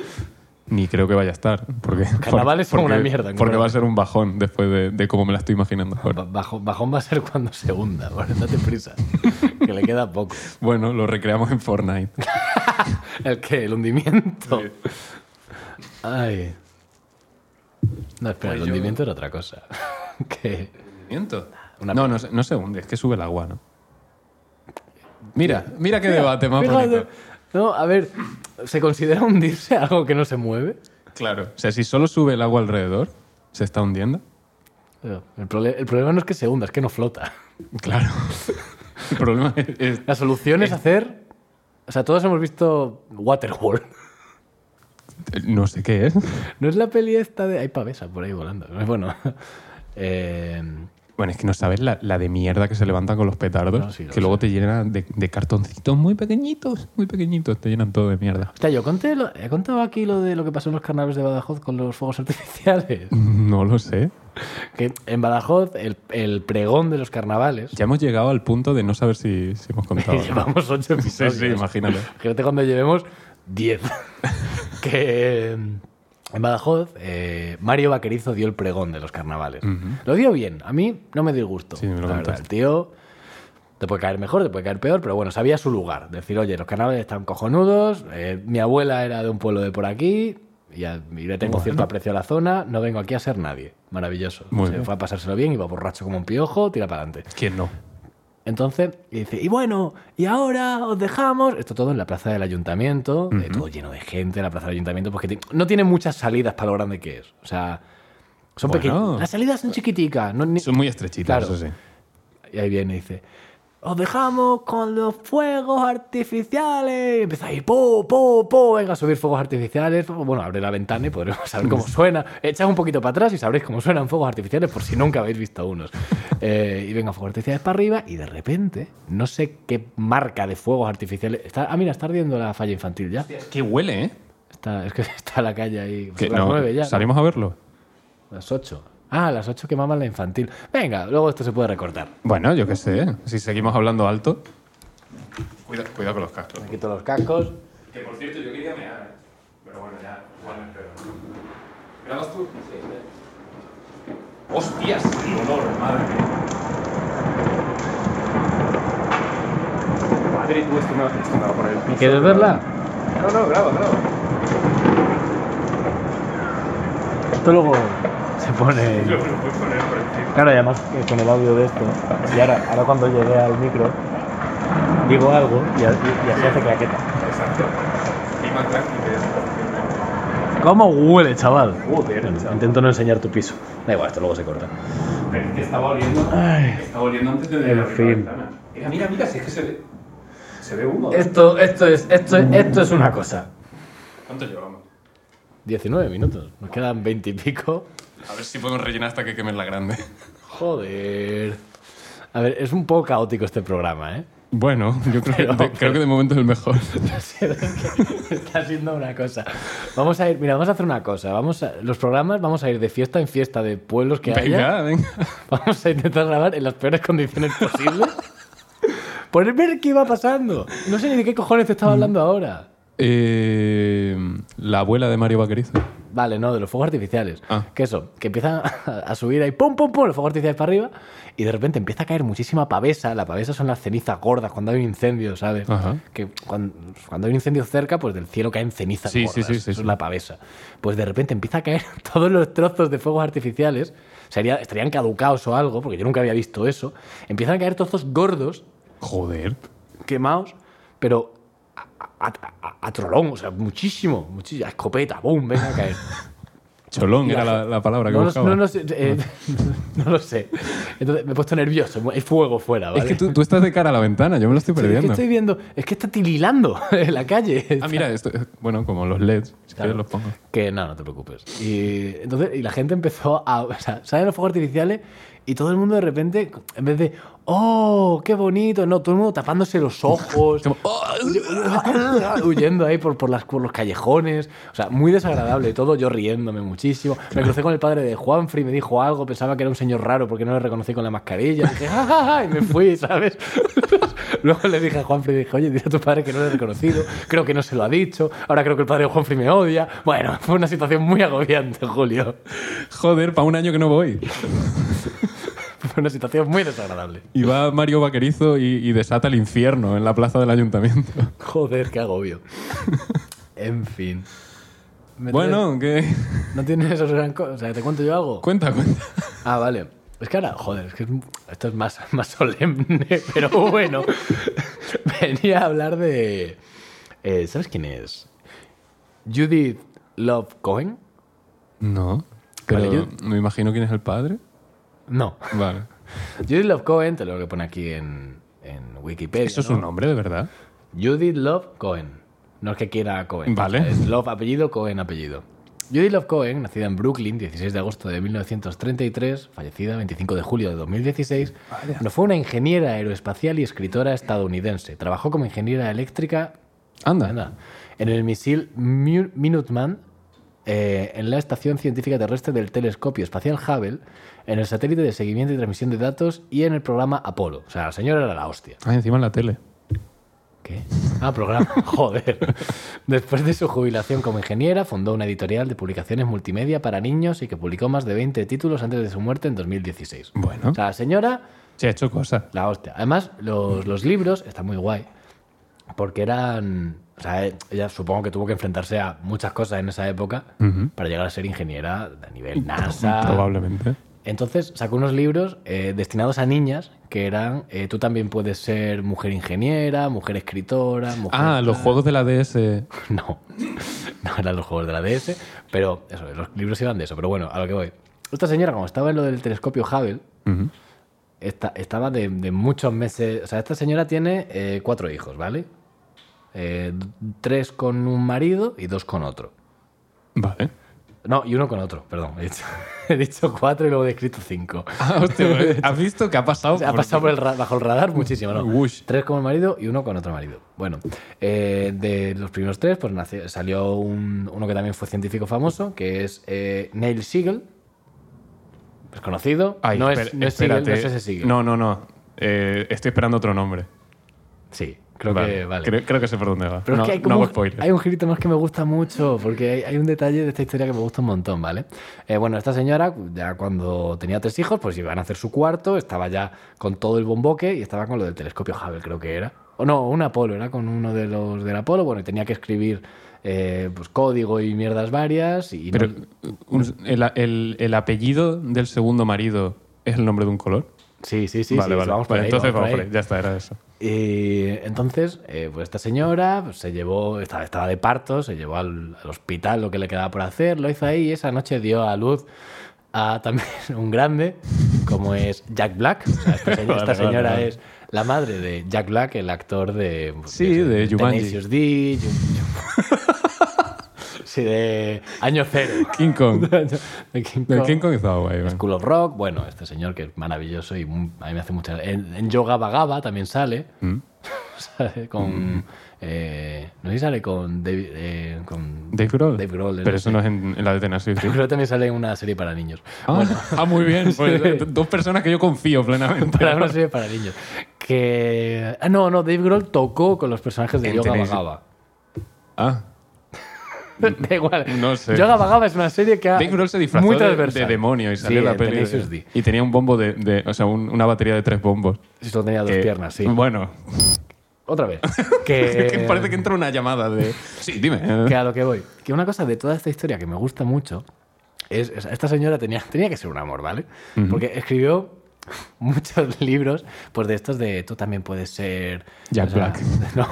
S2: Ni creo que vaya a estar. Porque,
S1: Carnavales son
S2: porque-
S1: una mierda, en
S2: Porque
S1: verdad.
S2: va a ser un bajón después de, de cómo me la estoy imaginando ahora.
S1: Ba- bajo- bajón va a ser cuando se hunda, bueno, date prisa, que le queda poco.
S2: Bueno, lo recreamos en Fortnite.
S1: El que, el hundimiento. Ay. No, espera, el
S2: Pues yo-
S1: hundimiento era otra cosa. Que
S2: Miento.
S1: Una
S2: no, no, se- no se hunde, es que sube el agua, ¿no? Mira, mira qué debate más
S1: Fíjate,
S2: bonito.
S1: No, a ver, ¿se considera hundirse algo que no se mueve?
S2: Claro. O sea, si solo sube el agua alrededor, ¿se está hundiendo?
S1: El, prole- el problema no es que se hunda, es que no flota.
S2: Claro. el problema es, es-
S1: La solución es hacer... O sea, todos hemos visto Waterworld.
S2: No sé qué es.
S1: ¿No es la peli esta de...? Hay pavesa por ahí volando. Bueno. eh,
S2: Bueno, es que no sabes la, la de mierda que se levantan con los petardos,
S1: No, sí, lo
S2: que luego te llenan de, de cartoncitos muy pequeñitos, muy pequeñitos, te llenan todo de mierda.
S1: hostia, yo conté lo- he contado aquí lo de lo que pasó en los carnavales de Badajoz con los fuegos artificiales.
S2: No lo sé.
S1: Que en Badajoz, el, el pregón de los carnavales.
S2: Ya hemos llegado al punto de no saber si, si hemos contado.
S1: llevamos ocho
S2: sí,
S1: episodios.
S2: sí, imagínalo.
S1: Fíjate cuando llevemos diez. que eh, en Badajoz, eh, Mario Vaquerizo dio el pregón de los carnavales. Lo dio bien. A mí no me dio gusto.
S2: Sí, me lo
S1: la verdad.
S2: contaste.
S1: El tío. Te puede caer mejor, te puede caer peor, pero bueno, sabía su lugar. Decir, oye, los carnavales están cojonudos, eh, mi abuela era de un pueblo de por aquí, y, a- y le tengo cierto aprecio a la zona, no vengo aquí a ser nadie. Maravilloso.
S2: Muy
S1: Se
S2: bien.
S1: fue a pasárselo bien, iba borracho como un piojo, tira para adelante.
S2: ¿Quién no?
S1: Entonces, y dice, y bueno, y ahora os dejamos. Esto todo en la plaza del ayuntamiento, eh, todo lleno de gente en la plaza del ayuntamiento, porque ti- no tiene muchas salidas para lo grande que es. O sea, son
S2: Bueno.
S1: pequeñas. Las salidas son chiquiticas. No, ni-
S2: Son muy estrechitos,
S1: Claro.
S2: eso sí.
S1: Y ahí viene y dice, os dejamos con los fuegos artificiales. Y empieza ahí, po, po, po, venga a subir fuegos artificiales. Bueno, abre la ventana y podremos saber cómo suena. Echad un poquito para atrás y sabréis cómo suenan fuegos artificiales por si nunca habéis visto unos. Eh, y venga, fuegos artificiales para arriba y de repente, no sé qué marca de fuegos artificiales... Está, ah, mira, está ardiendo la falla infantil ya.
S2: Es que huele, ¿eh?
S1: Está, es que está la calle ahí.
S2: Que
S1: las
S2: no,
S1: nueve ya. ¿no?
S2: ¿Salimos a verlo?
S1: Las 8. Ah, las 8 que maman la infantil. Venga, luego esto se puede recortar.
S2: Bueno, yo qué sé. Si seguimos hablando alto. Cuidado con los cascos.
S1: Me quito los cascos.
S2: Que por cierto, yo quería mear. Pero bueno, ya. Igual me espero. ¿Grabas tú? ¡Hostias! ¡Qué olor! Madre mía. Madre, tú, esto me va, esto me va a poner el piso.
S1: ¿Quieres verla?
S2: No, no, graba, graba.
S1: Esto luego se pone.
S2: Yo me lo voy a poner por encima.
S1: Claro, y además que con el audio de esto. Y ahora, ahora cuando llegué al micro, digo algo y, a- y- y así hace claqueta.
S2: Exacto. Y más grande
S1: ¿Cómo huele, chaval? Bueno, Intento no enseñar tu piso. Da igual, esto luego se corta.
S2: que es. que estaba oliendo. Estaba oliendo antes de
S1: En
S2: abrir la
S1: fin.
S2: ventana. Mira, mira, mira, si es que se ve. Se ve humo.
S1: Esto, esto es, esto, esto es una cosa.
S2: ¿Cuánto llevamos?
S1: 19 minutos, nos quedan 20 y pico.
S2: A ver si podemos rellenar hasta que quemes la grande.
S1: Joder. A ver, es un poco caótico este programa, ¿eh?
S2: Bueno, yo creo,
S1: Pero-
S2: de- creo que de momento es el mejor.
S1: Está siendo una cosa. Vamos a ir, mira, vamos a hacer una cosa. Vamos a- los programas vamos a ir de fiesta en fiesta de pueblos que haya.
S2: Venga, venga.
S1: Vamos a intentar grabar en las peores condiciones posibles. Por ver qué iba pasando. No sé ni de qué cojones te estaba hablando ahora.
S2: Eh, la abuela de Mario Vaquerizo.
S1: Vale, no, de los fuegos artificiales.
S2: Ah.
S1: Que eso, que empiezan a, a subir ahí, pum, pum, pum, los fuegos artificiales para arriba. Y de repente empieza a caer muchísima pavesa. La pavesa son las cenizas gordas cuando hay un incendio, ¿sabes?
S2: Ajá.
S1: Que cuando, cuando hay un incendio cerca, pues del cielo caen cenizas
S2: Sí, sí,
S1: gordas.
S2: sí,
S1: Eso
S2: sí,
S1: es
S2: sí.
S1: la pavesa. Pues de repente empieza a caer todos los trozos de fuegos artificiales. Sería, estarían caducados o algo, porque yo nunca había visto eso. Empiezan a caer trozos gordos
S2: Joder.
S1: quemados, pero a, a- a- a trolón, o sea, muchísimo, muchísima escopeta, boom, venga a caer.
S2: Cholón
S1: Y
S2: era la, la palabra que
S1: no, lo-
S2: buscaba.
S1: no lo sé, eh, no lo sé. Entonces me he puesto nervioso, el fuego fuera, ¿vale?
S2: Es que tú, tú estás de cara a la ventana, yo me lo estoy
S1: Sí, es que
S2: perdiendo.
S1: estoy viendo, es que está tirilando en la calle.
S2: Ah, mira, esto, bueno, como los LEDs, si
S1: Claro.
S2: quieres los pongo.
S1: Que no, no te preocupes. Y entonces y la gente empezó a... O sea, salen los fuegos artificiales y todo el mundo de repente, en vez de, oh, qué bonito, no, todo el mundo tapándose los ojos,
S2: Como, ¡oh!
S1: huyendo ahí por, por, las, por los callejones. O sea, muy desagradable todo, yo riéndome muchísimo. Me crucé con el padre de Juanfrey, me dijo algo, pensaba que era un señor raro porque no le reconocí con la mascarilla. Dije, "Ja, ja, ja", y me fui, ¿sabes? Luego le dije a Juanfrey, dije, oye, dile a tu padre que no le he reconocido, creo que no se lo ha dicho, ahora creo que el padre de Juanfrey me odia. Bueno, fue una situación muy agobiante, Julio.
S2: Joder, para un año que no voy.
S1: Fue una situación muy desagradable.
S2: Y va Mario Vaquerizo y, y desata el infierno en la plaza del ayuntamiento.
S1: Joder, qué agobio. En fin. Me
S2: Bueno, que...
S1: traes- ¿No tienes esos gran co- O sea, ¿te cuento yo algo?
S2: Cuenta, cuenta.
S1: Ah, vale. Es que ahora, joder, es que es un- esto es más, más solemne, pero bueno. Venía a hablar de. eh, ¿Sabes quién es? Judith Love Cohen.
S2: No.
S1: Vale,
S2: Pero
S1: yo-
S2: me imagino quién es el padre.
S1: No.
S2: Vale.
S1: Judith Love Cohen, te lo que pone aquí en, en Wikipedia.
S2: ¿Eso es
S1: ¿no?
S2: un nombre, de verdad?
S1: Judith Love Cohen. No es que quiera Cohen.
S2: Vale.
S1: O sea, es Love apellido, Cohen apellido. Judith Love Cohen, nacida en Brooklyn, 16 de agosto de 1933, fallecida 25 de julio de 2016, no fue una ingeniera aeroespacial y escritora estadounidense. Trabajó como ingeniera eléctrica
S2: Anda.
S1: anda, en el misil Mu- Minuteman, eh, en la estación científica terrestre del telescopio espacial Hubble, en el satélite de seguimiento y transmisión de datos y en el programa Apolo. O sea, la señora era la hostia.
S2: Ah, encima en la tele.
S1: ¿Qué? Ah, programa. Joder. Después de su jubilación como ingeniera, fundó una editorial de publicaciones multimedia para niños y que publicó más de 20 títulos antes de su muerte en 2016.
S2: Bueno.
S1: O sea, la señora,
S2: Se ha hecho cosas.
S1: la hostia. Además, los, los libros, está muy guay, porque eran... O sea, eh, ella supongo que tuvo que enfrentarse a muchas cosas en esa época para llegar a ser ingeniera a nivel NASA.
S2: Probablemente.
S1: Entonces sacó unos libros eh, destinados a niñas que eran eh, tú también puedes ser mujer ingeniera, mujer escritora, mujer...
S2: Ah, los juegos de la DS.
S1: No, no eran los juegos de la DS, pero eso, los libros iban de eso. Pero bueno, a lo que voy. Esta señora, como estaba en lo del telescopio Hubble, esta- estaba de, de muchos meses. O sea, esta señora tiene eh, cuatro hijos, ¿vale? Eh, tres con un marido y dos con otro.
S2: Vale.
S1: No, y uno con otro, perdón. He dicho, he dicho cuatro y luego he escrito cinco.
S2: Ah, hostia, ¿has visto que ha pasado?
S1: O sea, ha
S2: por-
S1: pasado por el ra- bajo el radar muchísimo, ¿no?
S2: Ush.
S1: Tres con el marido y uno con otro marido. Bueno, eh, de los primeros tres, pues nació- salió un- uno que también fue científico famoso, que es eh, Neil Siegel. Es conocido.
S2: Ay,
S1: no, es,
S2: espera-
S1: no es Siegel, no
S2: espérate.
S1: es ese Siegel.
S2: No, no, no. Eh, estoy esperando otro nombre.
S1: Sí, creo que vale.
S2: Creo, creo que sé por dónde va.
S1: Pero
S2: no,
S1: es que hay,
S2: no
S1: como
S2: hago
S1: un-
S2: spoilers.
S1: hay un girito más que me gusta mucho, porque hay, hay un detalle de esta historia que me gusta un montón, ¿vale? Eh, bueno, esta señora, ya cuando tenía tres hijos, pues iban a hacer su cuarto, estaba ya con todo el bomboque y estaba con lo del telescopio Hubble, creo que era. O no, un Apolo, era con uno de los del Apolo, bueno, y tenía que escribir eh, pues, código y mierdas varias. Y no-
S2: Pero un- el, el- el apellido del segundo marido es el nombre de un color.
S1: sí, sí, sí, sí,
S2: vale, vale.
S1: vamos por
S2: Vale,
S1: ahí,
S2: entonces
S1: vamos por ahí.
S2: por ahí. Ya está, era eso.
S1: Y entonces, eh, pues esta señora pues, se llevó, estaba, estaba de parto, se llevó al, al hospital lo que le quedaba por hacer, lo hizo ahí y esa noche dio a luz a también un grande como es Jack Black. O sea, esta, se- esta
S2: Vale, vale,
S1: señora
S2: vale.
S1: es la madre de Jack Black, el actor de...
S2: Sí, de Jumanji.
S1: Tenacious D, Ju- Ju- Sí, de año cero.
S2: King Kong.
S1: de King
S2: No,
S1: Kong.
S2: King Kong estaba guay, man.
S1: School of Rock, bueno, este señor que es maravilloso y mu- a mí me hace mucha... En, en Yoga Vagaba también sale,
S2: Mm.
S1: sale con... eh, no sé si sale con David... eh, con
S2: Dave Grohl.
S1: Dave Grohl,
S2: Pero
S1: no
S2: eso
S1: sé.
S2: no es en, en la de Tennessee. sí.
S1: Creo que también sale en una serie para niños.
S2: Ah, ah, muy bien. Pues,
S1: Sí.
S2: eh, dos personas que yo confío plenamente.
S1: Para una serie para niños. Que... Ah, no, no, Dave Grohl tocó con los personajes de
S2: En
S1: Yoga
S2: Tennessee.
S1: Vagaba.
S2: Ah,
S1: da igual.
S2: No sé.
S1: Yoga Vagaba es una serie que ha...
S2: Dave Grohl se disfrazó
S1: muy
S2: de,
S1: transversal.
S2: de demonio y salió
S1: Sí,
S2: en la
S1: en
S2: peli.
S1: Tenacious D.
S2: de- y tenía un bombo de, de- o sea, un- una batería de tres bombos.
S1: Sí, solo tenía dos
S2: Que-
S1: piernas, sí.
S2: Eh,
S1: Eh,
S2: Bueno,
S1: Otra vez. Que,
S2: que parece que entra una llamada de. Sí, dime.
S1: que a lo que voy. Que una cosa de toda esta historia que me gusta mucho es. o sea, esta señora tenía, tenía que ser un amor, ¿vale? Porque escribió muchos libros, pues de estos de tú también puedes ser.
S2: Jack Black.
S1: no,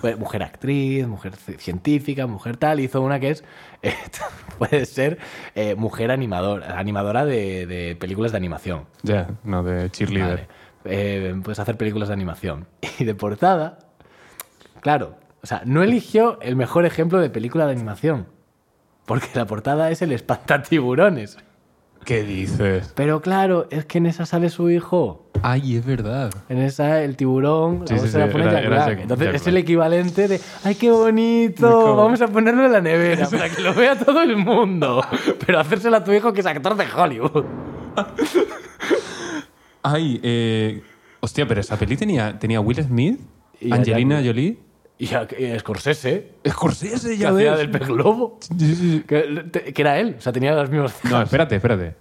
S1: pues, mujer actriz, mujer ci- científica, mujer tal. Hizo una que es. eh, puedes ser eh, mujer animadora, animadora de, de películas de animación.
S2: Ya, no, de cheerleader.
S1: Vale. Eh, puedes hacer películas de animación. Y de portada, claro, o sea, no eligió el mejor ejemplo de película de animación. Porque la portada es el espantatiburones.
S2: ¿Qué dices?
S1: Pero claro, es que en esa sale su hijo.
S2: Ay, es verdad.
S1: En esa el tiburón, la
S2: Sí, sí,
S1: bolsa
S2: sí,
S1: la pone
S2: era-
S1: Jack
S2: era
S1: Black.
S2: Jack-
S1: Entonces
S2: Jack
S1: es
S2: Black.
S1: el equivalente de ¡ay, qué bonito!
S2: Como-
S1: Vamos a ponerlo en la nevera para que lo vea todo el mundo. Pero hacérselo a tu hijo que es actor de Hollywood.
S2: Ay, eh. Hostia, pero esa peli tenía, tenía Will Smith,
S1: Y a
S2: Angelina
S1: Jack-
S2: Jolie,
S1: Y a y a Scorsese,
S2: Scorsese,
S1: que
S2: ya
S1: hacía
S2: ves.
S1: del pez globo.
S2: Sí, sí, sí.
S1: Que, te- que era él, o sea, tenía las mismas
S2: No,
S1: cejas.
S2: espérate, espérate.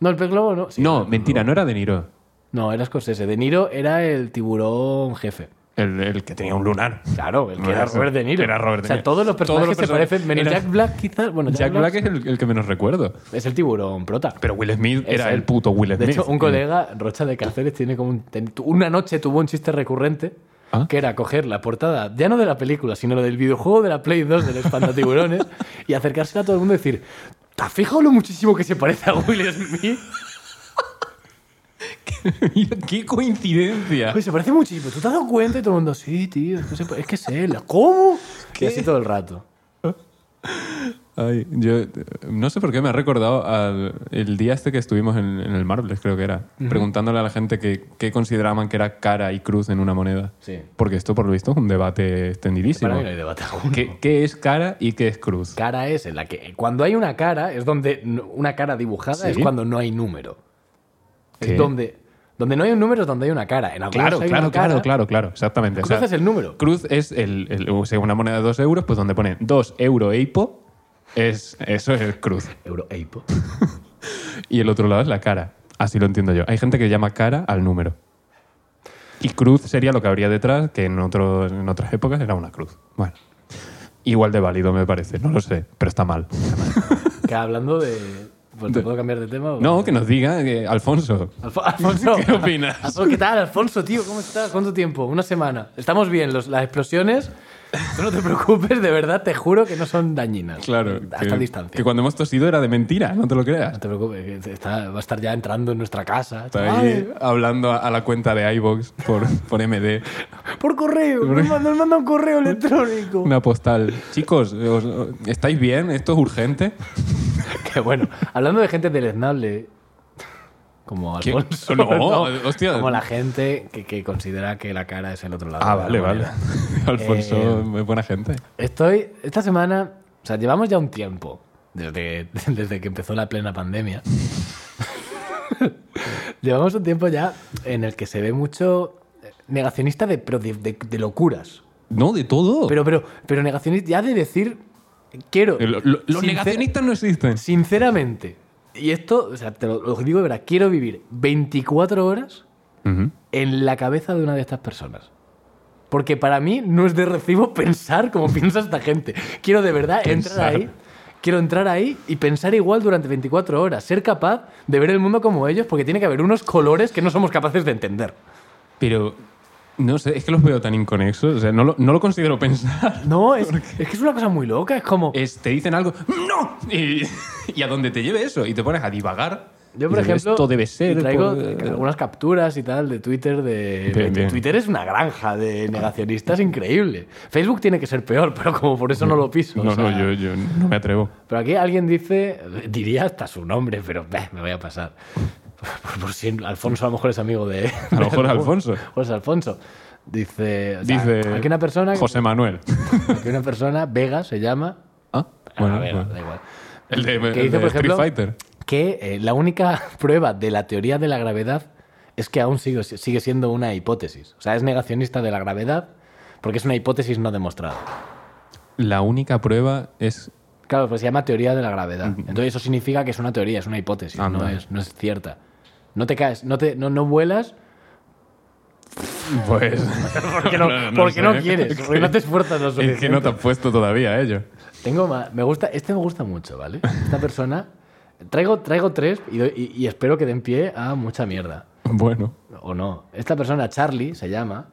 S1: No, el pez globo no. Sí.
S2: No, mentira, no era De Niro.
S1: No, era Scorsese. De Niro era el tiburón jefe.
S2: El, el que tenía un lunar.
S1: Claro, el que
S2: No
S1: era
S2: era eso.
S1: Robert De Niro.
S2: Era Robert De
S1: O sea,
S2: Niro.
S1: todos los
S2: Todos
S1: personajes
S2: los
S1: se parecen, menos
S2: personajes-
S1: Jack Black quizás. Bueno,
S2: Jack Black es el, el que menos recuerdo.
S1: es el tiburón prota.
S2: Pero Will Smith
S1: Es
S2: era
S1: él.
S2: el puto Will Smith.
S1: De hecho, un colega, Rocha de Cáceres, tiene como un- ten- tu- una noche tuvo un chiste recurrente
S2: Ah.
S1: que era coger la portada, ya no de la película, sino del videojuego de la Play 2 del Espantatiburones y acercársela a todo el mundo y decir: ¿Te has fijado lo muchísimo que se parece a Will Smith?
S2: Mira, ¡Qué coincidencia!
S1: Pues se parece muchísimo. ¿Tú te has dado cuenta? Y todo el mundo, sí, tío, es que, se pa- es, que es él. ¿Cómo? Y así todo el rato.
S2: Ay, yo eh, no sé por qué me ha recordado al el día este que estuvimos en, en el Marbles, creo que era, preguntándole a la gente que- qué consideraban que era cara y cruz en una moneda.
S1: Sí.
S2: Porque esto, por lo visto, es un debate extendidísimo.
S1: Para mí no hay debate alguno.
S2: ¿Qué, qué es cara y qué es cruz?
S1: Cara es en la que. Cuando hay una cara, es donde. no- Una cara dibujada
S2: Sí.
S1: es cuando no hay número.
S2: ¿Qué?
S1: Es donde. Donde no hay un número es donde hay una cara. En algunos
S2: Claro,
S1: hay
S2: claro,
S1: una cara.
S2: claro, claro, claro, exactamente. O
S1: Cruz
S2: sea,
S1: es el número.
S2: Cruz es el, el- o sea, una moneda de 2 euros, pues donde pone 2 euro eipo, es, eso es el cruz.
S1: Euroapo.
S2: Y el otro lado es la cara. Así lo entiendo yo. Hay gente que llama cara al número. Y cruz sería lo que habría detrás, que en, otros en otras épocas era una cruz. Bueno, igual de válido me parece, no lo sé, pero está mal.
S1: Que hablando de. Pues, ¿Te puedo cambiar de tema? o-
S2: No, que nos diga, eh, Alfonso.
S1: Alfo- Alfonso.
S2: ¿Qué opinas?
S1: Alfonso, ¿Qué tal, Alfonso, tío? ¿Cómo estás? ¿Cuánto tiempo? Una semana. Estamos bien. Los- las explosiones, tú no te preocupes, de verdad, te juro que no son dañinas.
S2: Claro.
S1: A
S2: que-
S1: esta distancia.
S2: Que cuando hemos tosido era de mentira, no te lo creas.
S1: No te preocupes, que está- va a estar ya entrando en nuestra casa.
S2: Está ahí hablando a, a la cuenta de iVox por, por MD.
S1: Ay, Por correo, nos manda, nos manda un correo electrónico.
S2: Una postal. Chicos, os- os- ¿estáis bien? ¿Esto es urgente?
S1: Que bueno, hablando de gente deleznable, como
S2: ¿Qué?
S1: Alfonso,
S2: No, hostia.
S1: como la gente que, que considera que la cara es el otro lado.
S2: Ah,
S1: de la
S2: vale, vale.
S1: moneda.
S2: Alfonso, muy buena gente.
S1: Estoy, esta semana, o sea, llevamos ya un tiempo, desde, desde que empezó la plena pandemia. llevamos un tiempo ya en el que se ve mucho eh, negacionista de, pero de, de- de locuras.
S2: No, de todo.
S1: Pero, pero, pero negacionista ya de decir, quiero...
S2: Eh, lo- lo- los
S1: sincer-
S2: negacionistas no existen.
S1: Sinceramente, y esto, o sea, te lo, lo digo de verdad, quiero vivir 24 horas
S2: Ujú.
S1: en la cabeza de una de estas personas. Porque para mí no es de recibo pensar como piensa esta gente. Quiero de verdad entrar
S2: Pensar.
S1: ahí. Quiero entrar ahí y pensar igual durante 24 horas. Ser capaz de ver el mundo como ellos porque tiene que haber unos colores que no somos capaces de entender.
S2: Pero no sé, es que los veo tan inconexos. O sea, no lo, no lo considero pensar.
S1: No, es, es que es una cosa muy
S2: Eh,
S1: loca. Es como...
S2: Es, te dicen algo, ¡No! Y, y a dónde te lleve eso. Y te pones a divagar.
S1: Yo, por
S2: Dice,
S1: ejemplo,
S2: esto debe ser.
S1: traigo
S2: por- eh,
S1: algunas capturas y tal de Twitter. De...
S2: Bien, bien.
S1: Twitter es una granja de negacionistas increíble. Facebook tiene que ser peor, pero como por eso no lo piso.
S2: No,
S1: o sea,
S2: no, yo, yo no me atrevo.
S1: Pero aquí alguien dice, diría hasta su nombre, pero bah, me voy a pasar. Por, por si Alfonso a lo mejor es amigo de...
S2: A lo mejor Alfonso.
S1: Pues Alfonso. Dice, o sea,
S2: Dice.
S1: aquí una persona,
S2: José Manuel.
S1: aquí una persona, Vega se llama,
S2: Ah,
S1: bueno,
S2: bueno, bueno.
S1: da igual.
S2: El de,
S1: Que
S2: el
S1: dice,
S2: de
S1: por
S2: Street
S1: ejemplo,
S2: Fighter.
S1: que eh, la única prueba de la teoría de la gravedad es que aún sigue, sigue siendo una hipótesis. O sea, es negacionista de la gravedad porque es una hipótesis no demostrada.
S2: La única prueba es.
S1: Claro, pues se llama teoría de la gravedad. Entonces eso significa que es una teoría, es una hipótesis, no
S2: Anda.
S1: es, no es cierta. No te caes, no, te, no, no vuelas
S2: Pues.
S1: porque no, porque no
S2: sé.
S1: quieres, porque no te esfuerzas lo
S2: Es que no te
S1: suficiente.
S2: has puesto todavía ¿eh? a ello.
S1: Tengo ma- me gusta, este me gusta mucho, ¿vale? Esta persona... Traigo, traigo tres y, doy- y- y espero que den pie a mucha mierda.
S2: Bueno.
S1: o no. Esta persona, Charlie, se llama,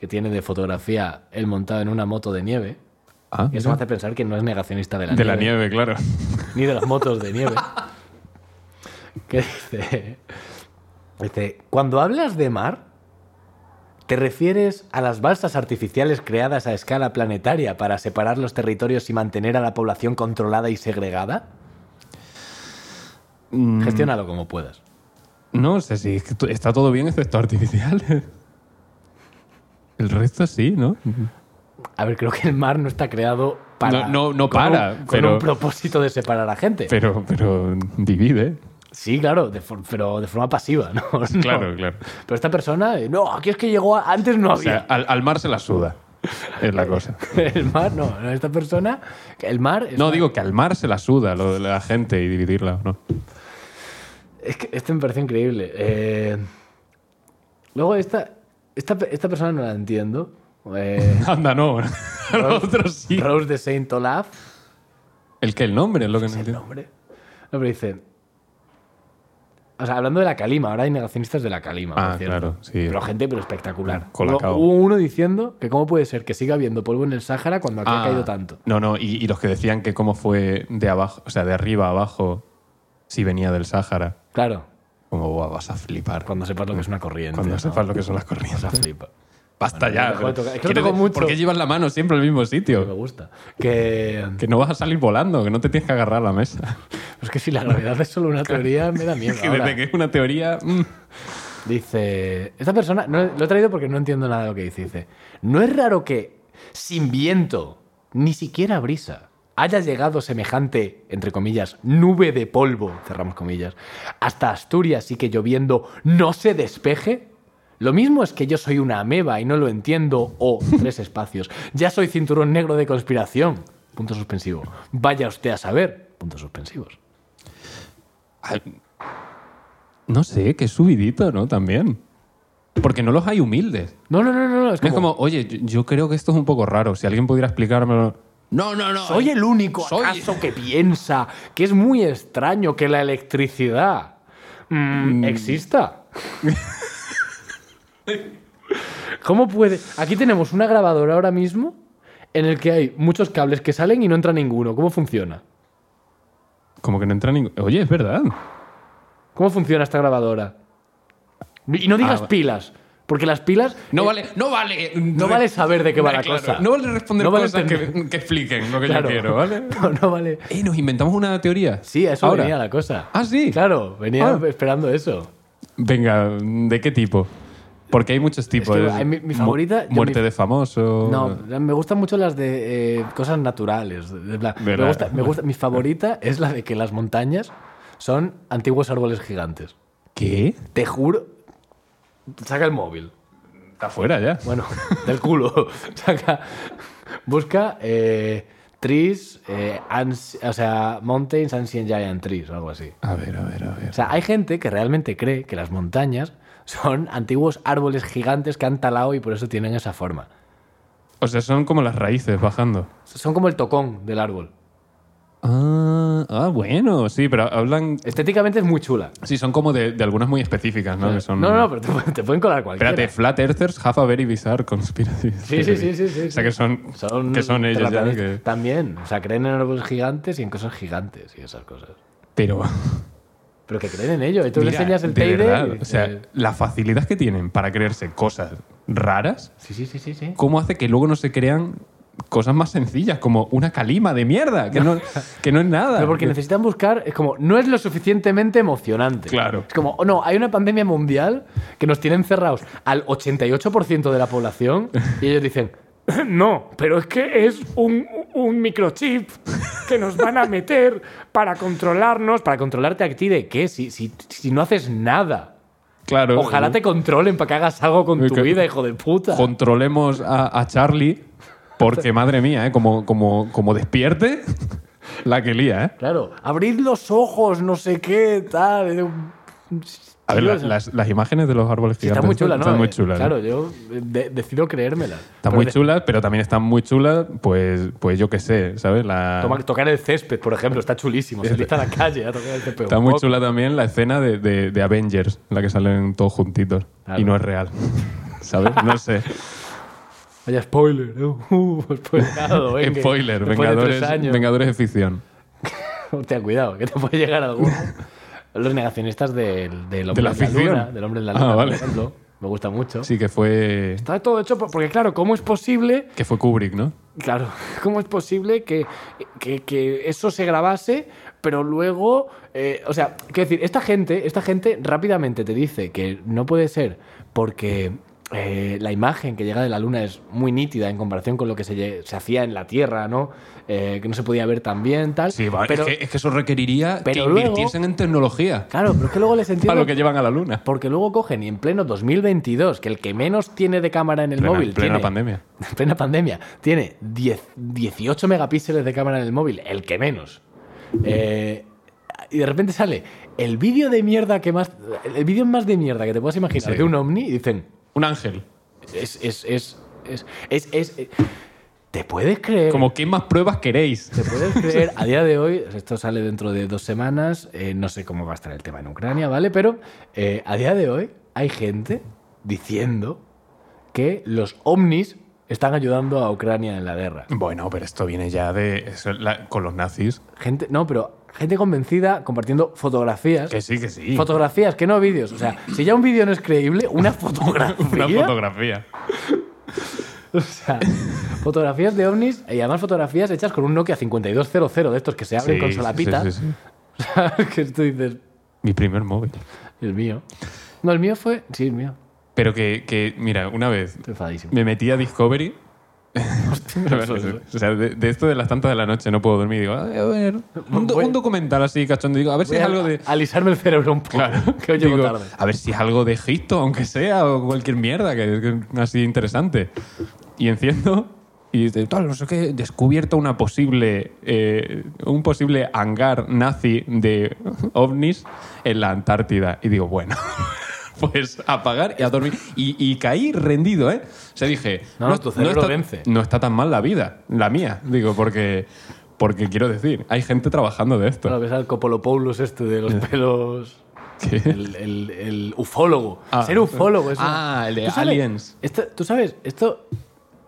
S1: que tiene de fotografía el montado en una moto de nieve.
S2: Ah,
S1: Y eso me hace pensar que no es negacionista de la
S2: de
S1: nieve.
S2: la nieve, claro.
S1: Ni de las motos de nieve. ¿Qué dice? Dice, cuando hablas de mar, ¿te refieres a las balsas artificiales creadas a escala planetaria para separar los territorios y mantener a la población controlada y segregada?
S2: Mm.
S1: Gestiónalo como puedas.
S2: No sé si es que t- está todo bien excepto artificiales. El resto sí, ¿no?
S1: A ver, creo que el mar no está creado para.
S2: No, no- no
S1: con un-
S2: para,
S1: Con,
S2: pero-
S1: un propósito de separar a gente.
S2: Pero, pero divide.
S1: sí, claro, de for- pero de forma pasiva, ¿no? No.
S2: Claro, claro.
S1: Pero esta persona, eh, no, aquí es que llegó. a- antes no
S2: O sea,
S1: había.
S2: al, al mar se la suda. Es la cosa.
S1: el mar, no, no, esta persona. El mar. es
S2: No,
S1: una-
S2: digo que al mar se la suda lo de la gente y dividirla, ¿no?
S1: Es que este me parece increíble. Eh, Luego, esta, esta, esta persona no la entiendo. Eh,
S2: Anda, no. Al otro sí.
S1: Rose de Saint Olaf.
S2: El que el nombre es lo que no
S1: el
S2: entiendo.
S1: nombre. No, pero dice. O sea, hablando de la calima, ahora hay negacionistas de la calima.
S2: Ah,
S1: por cierto.
S2: claro, sí.
S1: Pero gente, pero espectacular.
S2: Colacao.
S1: Hubo, hubo uno diciendo que cómo puede ser que siga habiendo polvo en el Sáhara cuando aquí
S2: Ah,
S1: ha caído tanto.
S2: No, no, y, y los que decían que cómo fue de abajo, o sea, de arriba a abajo, si venía del Sáhara.
S1: Claro,
S2: Como, "Buah, vas a flipar.
S1: cuando sepas lo que es una corriente.
S2: Cuando
S1: ¿no?
S2: sepas lo que son las
S1: O sea,
S2: corrientes.
S1: flipa.
S2: Basta
S1: no
S2: ya.
S1: te puedo tocar. Es que no
S2: Quiero
S1: toco
S2: decir,
S1: mucho.
S2: ¿Por qué llevas la mano siempre al mismo
S1: Me
S2: sitio?
S1: gusta. Que.
S2: Que no vas a salir volando, que no te tienes que agarrar a la mesa.
S1: Es que si la gravedad es solo una teoría, me da miedo.
S2: Que
S1: ahora.
S2: desde que es una teoría. mm,
S1: Dice, esta persona, no, lo he traído porque no entiendo nada de lo que dice. Dice, no es raro que sin viento, ni siquiera brisa, haya llegado semejante, entre comillas, nube de polvo, cerramos comillas, hasta Asturias y que lloviendo no se despeje. Lo mismo es que yo soy una ameba y no lo entiendo, o tres espacios. Ya soy cinturón negro de conspiración. Punto suspensivo. Vaya usted a saber. Puntos suspensivos.
S2: ah, No sé, que subidito, ¿no? También. Porque no los hay humildes.
S1: No, no, no, no, no, es
S2: Es
S1: como,
S2: como, oye, yo, yo creo que esto es un poco raro. Si alguien pudiera explicármelo. No, no, no.
S1: Soy el único
S2: Soy-
S1: acaso que piensa que es muy extraño que la electricidad mm, exista. ¿Cómo puede? Aquí tenemos una grabadora ahora mismo en el que hay muchos cables que salen y no entra ninguno. ¿Cómo funciona?
S2: Como que no entra ningún. Oye, es verdad.
S1: ¿Cómo funciona esta grabadora? Y no digas
S2: Ah, va-
S1: pilas, porque las pilas
S2: No
S1: eh,
S2: vale, no vale.
S1: no vale saber de qué va la
S2: Claro,
S1: cosa.
S2: No vale responder
S1: No vale
S2: cosas
S1: entender.
S2: que, que expliquen lo que
S1: Claro.
S2: yo quiero, ¿vale?
S1: No, no vale.
S2: Eh, nos inventamos una teoría.
S1: Sí, a eso
S2: Ahora.
S1: venía la cosa.
S2: Ah, sí.
S1: Claro, venía
S2: Ah.
S1: esperando eso.
S2: Venga, ¿de qué tipo? Porque hay muchos tipos.
S1: hay mi- mi
S2: Mu-
S1: favorita- yo
S2: Muerte
S1: mi-
S2: de famoso.
S1: No, me gustan mucho las de eh, cosas naturales. de- de plan-
S2: De
S1: me
S2: la-
S1: gusta, me gusta- mi favorita es la de que las montañas son antiguos árboles gigantes.
S2: ¿Qué?
S1: Te juro. Saca el móvil.
S2: Está fuera ya.
S1: Bueno, del culo. Saca. Busca eh, trees, eh, ans- o sea, mountains, ancient giant trees, o algo así.
S2: A ver, a ver, a ver.
S1: O sea, hay gente que realmente cree que las montañas son antiguos árboles gigantes que han talado y por eso tienen esa forma.
S2: O sea, son como las raíces bajando.
S1: Son como el tocón del árbol.
S2: Ah, ah, bueno, sí, pero hablan.
S1: Estéticamente es muy chula.
S2: Sí, son como de, de algunas muy específicas, ¿no? Que son-
S1: No, no, pero te, pu- te pueden colar cualquiera.
S2: Espérate, Flat Earthers, Half a Very Bizarre Conspiracy.
S1: Sí, sí, sí, sí, sí,
S2: O
S1: sí.
S2: sea, que son,
S1: Son
S2: que son ellos ya.
S1: terraplanistas.
S2: que-
S1: También. O sea, creen en árboles gigantes y en cosas gigantes y esas cosas.
S2: Pero.
S1: Pero que creen en ello. Y tú le
S2: Mira,
S1: enseñas el
S2: de
S1: Teide.
S2: verdad,
S1: y-
S2: o sea,
S1: eh,
S2: la facilidad que tienen para creerse cosas raras,
S1: sí, sí, sí, sí. sí.
S2: ¿cómo hace que luego no se crean cosas más sencillas, como una calima de mierda, que no, que no es nada?
S1: Pero porque necesitan buscar, es como, no es lo suficientemente emocionante.
S2: Claro.
S1: Es como, oh, no, hay una pandemia mundial que nos tiene encerrados al 88% de la población y ellos dicen,
S4: No, pero es que es un, un microchip que nos van a meter para controlarnos.
S1: "Pues para controlarte a ti de qué, si, si, si no haces nada.
S2: Claro. eh,
S1: Ojalá te controlen para que hagas algo con tu
S2: Que-
S1: vida, hijo de puta.
S2: Controlemos a, a Charlie, porque madre mía, ¿eh? como, como, como despierte, la que lía, ¿eh?
S1: Claro, abrid los ojos, no sé qué, tal.
S2: A ver, la-
S1: Sí,
S2: las, las imágenes de los árboles
S1: está
S2: gigantes
S1: muy chula, ¿no?
S2: están muy
S1: Eh,
S2: chulas.
S1: Claro,
S2: ¿eh?
S1: yo de- decido creérmela.
S2: Están
S1: Pero
S2: muy
S1: de-
S2: chulas, pero también están muy chulas, pues, pues yo qué sé, ¿sabes? La...
S1: toma- tocar el césped, por ejemplo, está chulísimo. Se a la calle a tocar el césped.
S2: Está muy chula también la escena de, de- de Avengers, en la que salen todos juntitos.
S1: Claro.
S2: Y no es real. ¿Sabes? No sé.
S1: Vaya spoiler, ¿no? Uh, spoilerado, venga.
S2: Spoiler,
S1: Después de
S2: Vengadores,
S1: tres años.
S2: Vengadores de ficción.
S1: Hostia, cuidado, que te puede llegar alguno. Los negacionistas del, del hombre
S2: la
S1: en la
S2: ficción.
S1: luna. Del hombre en la
S2: Ah,
S1: luna, por
S2: vale.
S1: ejemplo. Me gusta mucho.
S2: Sí, que fue,
S4: Está todo hecho por- porque, claro, ¿cómo es posible?
S2: que fue Kubrick, ¿no?
S4: Claro, ¿cómo es posible que, que- que eso se grabase, pero luego.
S1: Eh, o sea, quiero decir, esta gente, esta gente rápidamente te dice que no puede ser porque eh, la imagen que llega de la luna es muy nítida en comparación con lo que se, lle- se hacía en la Tierra, ¿no? Eh, que no se podía ver tan bien, tal. pero,
S2: eso requeriría
S1: pero luego- invirtiesen
S2: en tecnología.
S1: Claro, pero es que luego les
S2: Para
S1: entiendo
S2: lo que llevan a la luna.
S1: Porque luego cogen y en pleno 2022, que el que menos tiene de cámara en el
S2: Plena-
S1: móvil.
S2: plena
S1: tiene-
S2: pandemia.
S1: En plena pandemia. Tiene 10, 18 megapíxeles de cámara en el móvil, el que menos. Eh, y de repente sale el vídeo de mierda que más. El vídeo más de mierda que te puedas imaginar
S2: Sí.
S1: de un ovni y dicen.
S2: Un ángel.
S1: Es. Es. Es. Es. es, es- eh, ¿Te puedes creer?
S2: Como, ¿qué más pruebas queréis?
S1: ¿Te puedes creer? A día de hoy, esto sale dentro de dos semanas, eh, no sé cómo va a estar el tema en Ucrania, ¿vale? Pero eh, a día de hoy hay gente diciendo que los ovnis están ayudando a Ucrania en la guerra.
S2: Bueno, pero esto viene ya de. eso es la- con los nazis.
S1: Gente, no, pero gente convencida compartiendo fotografías.
S2: Que sí, que sí.
S1: Fotografías, que no vídeos. O sea, si ya un vídeo no es creíble, una fotografía.
S2: Una fotografía.
S1: O sea, fotografías de ovnis y además fotografías hechas con un Nokia 5200 de estos que se abren
S2: Sí,
S1: con
S2: sí,
S1: solapita.
S2: sí, sí, sí.
S1: que tú dices,
S2: Mi primer móvil.
S1: El mío. No, el mío fue. Sí, el mío.
S2: Pero que, que, mira, una vez
S1: Estoy enfadísimo.
S2: me metí a Discovery. o sea, de, de esto de las tantas de la noche no puedo dormir. Digo, "Ay, a ver, un, do-
S1: Voy-
S2: un documental así, cachondo. Digo, a ver si
S1: Voy
S2: es
S1: a
S2: algo de.
S1: Alisarme el cerebro un poco.
S2: Claro.
S1: Que hoy llego
S2: Digo,
S1: tarde.
S2: A ver si es algo de Egipto, aunque sea, o cualquier mierda, que, que así interesante. Y enciendo y dice, tal, no sé qué, descubierto una posible, eh, un posible hangar nazi de ovnis en la Antártida. Y digo, bueno, pues a apagar y a dormir. Y, y caí rendido, ¿eh? O sea, dije,
S1: No, no, tu cerebro
S2: está,
S1: vence.
S2: no está tan mal la vida, la mía, digo, porque... Porque quiero decir, hay gente trabajando de esto.
S1: Claro, ves al Copolopoulos este de los pelos.
S2: ¿Qué?
S1: El, el- el ufólogo.
S2: Ah.
S1: Ser ufólogo es una-
S2: Ah, el de
S1: ¿Tú sabes?
S2: Aliens.
S1: Esto- Tú sabes, esto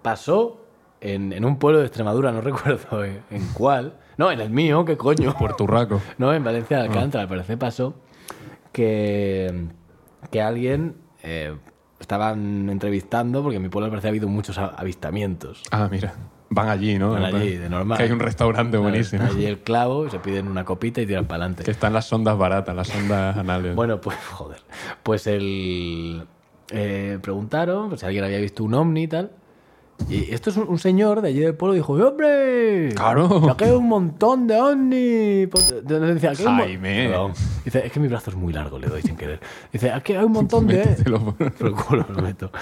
S1: pasó en, en un pueblo de Extremadura, no recuerdo en, en cuál. No, en el mío, qué coño.
S2: Puerturraco.
S1: No, en Valencia de
S2: Ah.
S1: Alcántara, al parecer pasó que, que alguien eh, estaban entrevistando, porque en mi pueblo al parecer ha habido muchos a- avistamientos.
S2: Ah, mira. Van allí, ¿no?
S1: Van allí, de normal.
S2: Ah, Que hay un restaurante buenísimo.
S1: Allí el clavo, y se piden una copita y tiran para
S2: Que
S1: adelante.
S2: están las sondas baratas, las sondas anales.
S1: Bueno, pues, joder. Pues el. eh, preguntaron pues, si alguien había visto un ovni y tal. Y esto es un, un señor de allí del pueblo dijo: ¡Hombre!
S2: Claro.
S1: que hay un montón de ovni. Por- de- de- decía, "Aquí hay un mo-".
S2: Jaime.
S1: Perdón. Dice: Es que mi brazo es muy largo, le doy sin querer. Dice: Aquí hay un montón de.
S2: Métetelo por-
S1: Por el culo me lo meto.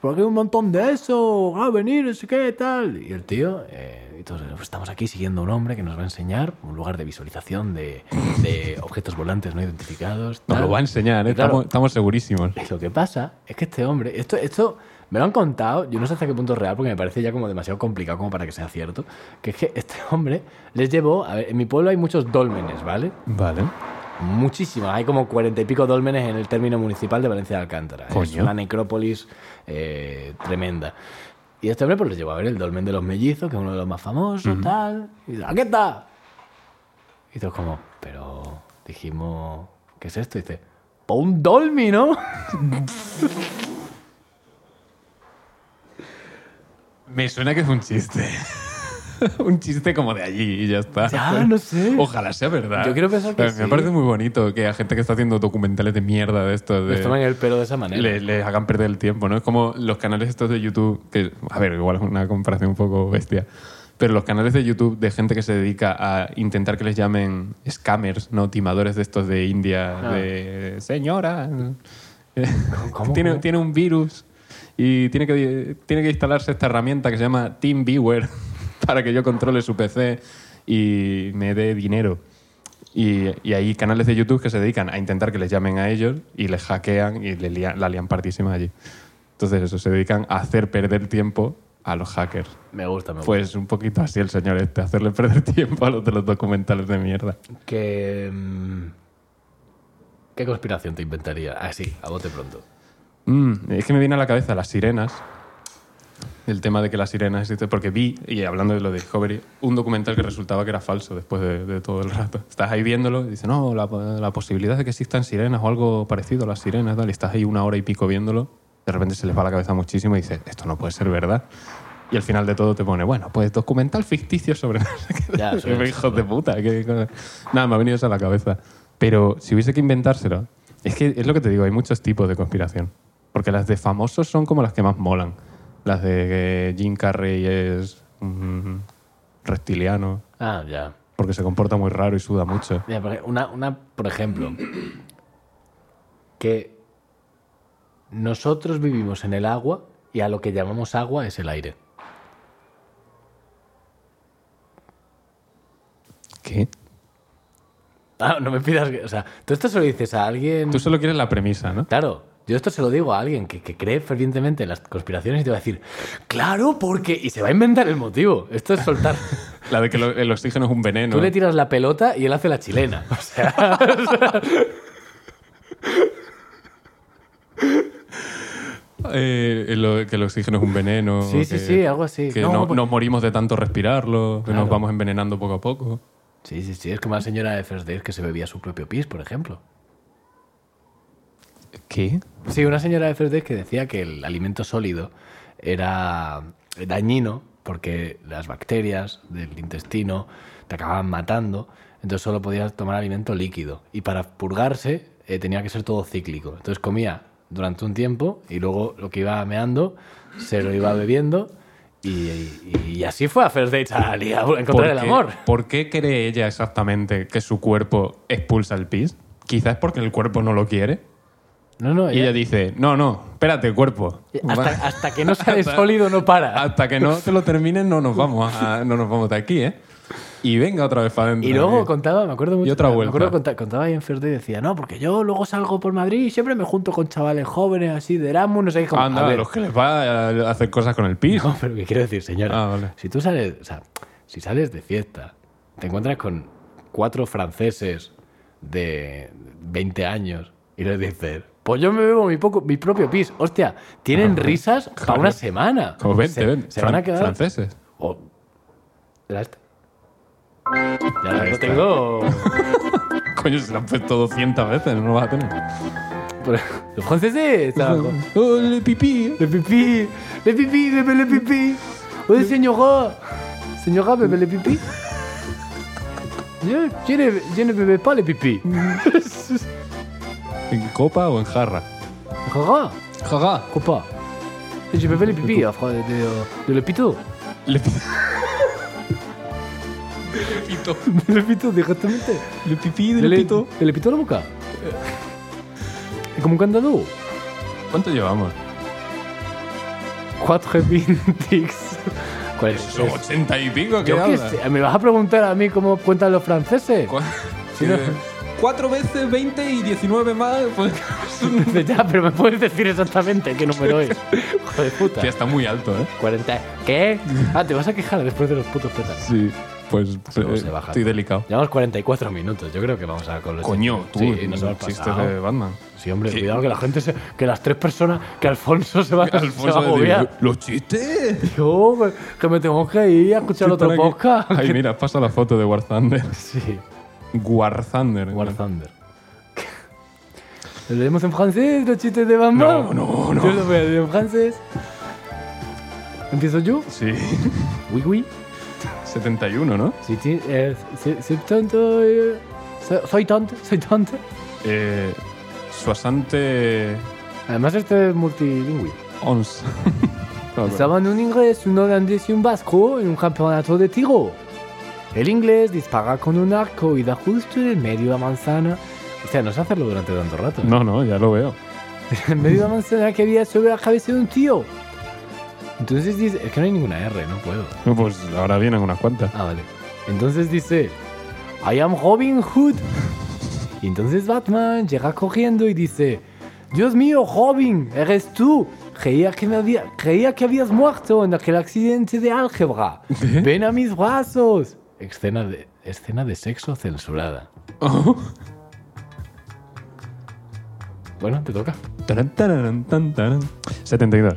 S1: Porque hay un montón de eso. Va a venir, no sé qué, tal. Y el tío, eh, y todos, pues estamos aquí siguiendo a un hombre que nos va a enseñar un lugar de visualización de, de objetos volantes no identificados.
S2: Nos
S1: tal".
S2: lo va a enseñar, ¿eh?
S1: Y claro,
S2: estamos, estamos segurísimos.
S1: y lo que pasa es que este hombre, esto, esto me lo han contado, yo no sé hasta qué punto es real porque me parece ya como demasiado complicado como para que sea cierto, que es que este hombre les llevó, a ver, en mi pueblo hay muchos dólmenes, ¿vale?
S2: Vale.
S1: Muchísimas. Hay como cuarenta y pico dólmenes en el término municipal de Valencia de Alcántara. Es
S2: Coño.
S1: una necrópolis eh, tremenda. Y este hombre pues les llevó a ver el dolmen de los mellizos, que es uno de los más famosos, tal. Y dice, aquí está. Y todos como, pero dijimos que ¿qué es esto? Y dice, "Po un dolmi, ¿no?
S2: Me suena que es un chiste. un chiste como de allí y ya está.
S1: Ya, no sé.
S2: Ojalá sea verdad.
S1: Yo quiero pensar que
S2: Pero Me
S1: sí.
S2: parece muy bonito que a gente que está haciendo documentales de mierda de estos.
S1: Les toman
S2: De...
S1: el pelo de esa manera.
S2: le- les hagan perder el tiempo, ¿no? Es como los canales estos de YouTube, que, a ver, igual es una comparación un poco bestia, pero los canales de YouTube de gente que se dedica a intentar que les llamen scammers, ¿no? Timadores de estos de India,
S1: Ah.
S2: de señora,
S1: ¿Cómo,
S2: tiene,
S1: cómo?
S2: tiene un virus y tiene que, tiene que instalarse esta herramienta que se llama TeamViewer para que yo controle su PC y me dé dinero. Y, y hay canales de YouTube que se dedican a intentar que les llamen a ellos y les hackean y le lían- la lían partísima allí. Entonces eso, se dedican a hacer perder tiempo a los hackers.
S1: Me gusta, me gusta.
S2: Pues un poquito así el señor este, hacerle perder tiempo a los de los documentales de mierda.
S1: que... mm, ¿Qué conspiración te inventaría? Así, a bote pronto.
S2: Mm, es que me viene a la cabeza las sirenas. El tema de que las sirenas existen. Porque vi, y hablando de lo de Discovery, un documental que resultaba que era falso después de, de todo el rato. Estás ahí viéndolo y dices, no, la, la posibilidad de que existan sirenas o algo parecido a las sirenas, tal. Y estás ahí una hora y pico viéndolo. De repente se les va la cabeza muchísimo y dices, esto no puede ser verdad. Y al final de todo te pone, bueno, pues documental ficticio sobre. no sé qué".
S1: Ya, eso es.
S2: hijos de puta. qué cosa. Nada, me ha venido eso a la cabeza. Pero si hubiese que inventárselo, es que es lo que te digo, hay muchos tipos de conspiración. Porque las de famosos son como las que más molan. Las de que Jim Carrey es un reptiliano,
S1: Ah, ya.
S2: porque se comporta muy raro y suda mucho.
S1: Mira, por ej- una, una, por ejemplo, que nosotros vivimos en el agua y a lo que llamamos agua es el aire.
S2: ¿Qué?
S1: Ah, no me pidas que... O sea, tú esto se lo dices a alguien...
S2: Tú solo quieres la premisa, ¿no?
S1: Claro, yo esto se lo digo a alguien que, que cree fervientemente en las conspiraciones y te va a decir, claro, porque... Y se va a inventar el motivo. Esto es soltar...
S2: La de que lo- el oxígeno es un veneno.
S1: Tú le tiras la pelota y él hace la chilena. O sea,
S2: Eh, lo- que el oxígeno es un veneno.
S1: Sí, sí,
S2: que-
S1: sí, algo así.
S2: Que
S1: No,
S2: no,
S1: pues-
S2: nos morimos de tanto respirarlo, que
S1: Claro.
S2: nos vamos envenenando poco a poco.
S1: sí, sí, sí. Es como la señora de First Days que se bebía su propio pis, por ejemplo.
S2: ¿Qué?
S1: Sí, una señora de First Days que decía que el alimento sólido era dañino porque las bacterias del intestino te acababan matando, entonces solo podías tomar alimento líquido. Y para purgarse eh, tenía que ser todo cíclico. Entonces comía durante un tiempo y luego lo que iba meando se lo iba bebiendo y, y- y así fue a First Dates a, li- a encontrar el
S2: qué-
S1: amor.
S2: ¿Por qué cree ella exactamente que su cuerpo expulsa el pis? Quizás porque el cuerpo no lo quiere.
S1: No, no,
S2: Y
S1: ella-
S2: ella dice, no, no, espérate, cuerpo.
S1: hasta, hasta que no sale sólido no para.
S2: Hasta que no te lo terminen no nos vamos, a- no nos vamos de aquí, ¿eh? Y venga otra vez para adentro.
S1: Y luego contaba, me acuerdo mucho.
S2: otra
S1: Me acuerdo
S2: vuelta.
S1: conta- contaba ahí en Ferdi y decía, no, porque yo luego salgo por Madrid y siempre me junto con chavales jóvenes así de Erasmus, no sé qué. Como,
S2: Anda,
S1: a
S2: a
S1: ver,
S2: los que les va a hacer cosas con el pis.
S1: No, pero ¿qué quiero decir, señora?
S2: Ah, vale.
S1: Si tú sales, o sea, si sales de fiesta, te encuentras con cuatro franceses de 20 años y les dices, pues yo me bebo mi, poco, mi propio pis. Hostia, tienen risas para una semana.
S2: Ah, Como 20,
S1: se,
S2: Pues ven,
S1: se
S2: fran-
S1: van a quedar...
S2: franceses.
S1: O- ¿Era este? Ya lo tengo...
S2: Coño, se lo han puesto 200 veces, no lo vas a tener.
S1: Los franceses, le
S2: Oh, el pipí.
S1: pipi, le pipi, bébé le pipi. Oye, señora, señora, bébé le pipi. Yo, yo ne, yo ne bebé pas le pipi.
S2: ¿En copa o en jarra?
S1: Rara,
S2: Jarra.
S1: copa. Je bébé le pipi, ah, fra- de, euh, de l'hôpital.
S2: Le pi- Le pito.
S1: De l'hôpital, directamente.
S2: Le pipí del
S1: De l'hé-
S2: pito.
S1: De l'hôpital, mon cas. Es como un candado.
S2: ¿Cuánto llevamos?
S1: 4 vintix. ¿Cuál es?
S2: Son 80 y pico, ¿qué
S1: Yo qué
S2: hablas?
S1: sé, me vas a preguntar a mí cómo cuentan los franceses.
S2: Cu- Tiene Cuatro veces 20 y 19 más. Pues...
S1: Dice, ya, pero me puedes decir exactamente qué número es. Hijo de puta.
S2: Tía, está muy alto, ¿eh?
S1: 40. ¿Qué? Ah, te vas a quejar después de los putos petas.
S2: Sí, pues
S1: luego se baja.
S2: estoy delicado.
S1: Llevamos 44 minutos, yo creo que vamos a con los
S2: Coño, tú,
S1: chistes. Sí, nos hemos
S2: chistes
S1: pasado.
S2: de Batman.
S1: Sí, hombre,
S2: Sí.
S1: cuidado que la gente se. que las tres personas. que Alfonso se va, se va a
S2: de
S1: agobiar.
S2: Diego, ¿Los chistes?
S1: Yo, que me tengo que ir a escuchar otro
S2: Están aquí.
S1: podcast.
S2: Ay, mira, pasa la foto de War Thunder.
S1: Sí,
S2: War Thunder.
S1: War Thunder. ¿Lo leemos en francés, los chistes de Bamba?
S2: No, no, no.
S1: Yo lo voy a leer en francés. ¿Empiezo yo?
S2: Sí,
S1: Oui, oui.
S2: 71, ¿no?
S1: Sí, sí, eh, sí, sí, tonto, eh, so- soy tonto, soy tonto.
S2: Eh, 60...
S1: Además, este es multilingüe.
S2: 11. No, no.
S1: Estaban un inglés, un holandés y un vasco en un campeonato de tiro. El inglés dispara con un arco y da justo en el medio de la manzana. O sea, no sé hacerlo durante tanto rato.
S2: no, no, ya lo veo.
S1: En medio de la manzana que había sobre la cabeza de un tío. Entonces dice, es que no hay ninguna R, no puedo.
S2: Pues ahora vienen unas cuantas.
S1: Ah, vale. Entonces dice, I am Robin Hood. Y entonces Batman llega corriendo y dice, Dios mío, Robin, eres tú. Creía que, me había- creía que habías muerto en aquel accidente de álgebra. Ven a mis brazos. Escena de, escena de sexo censurada. Bueno, te toca.
S2: Taran, taran, tan, taran. 72.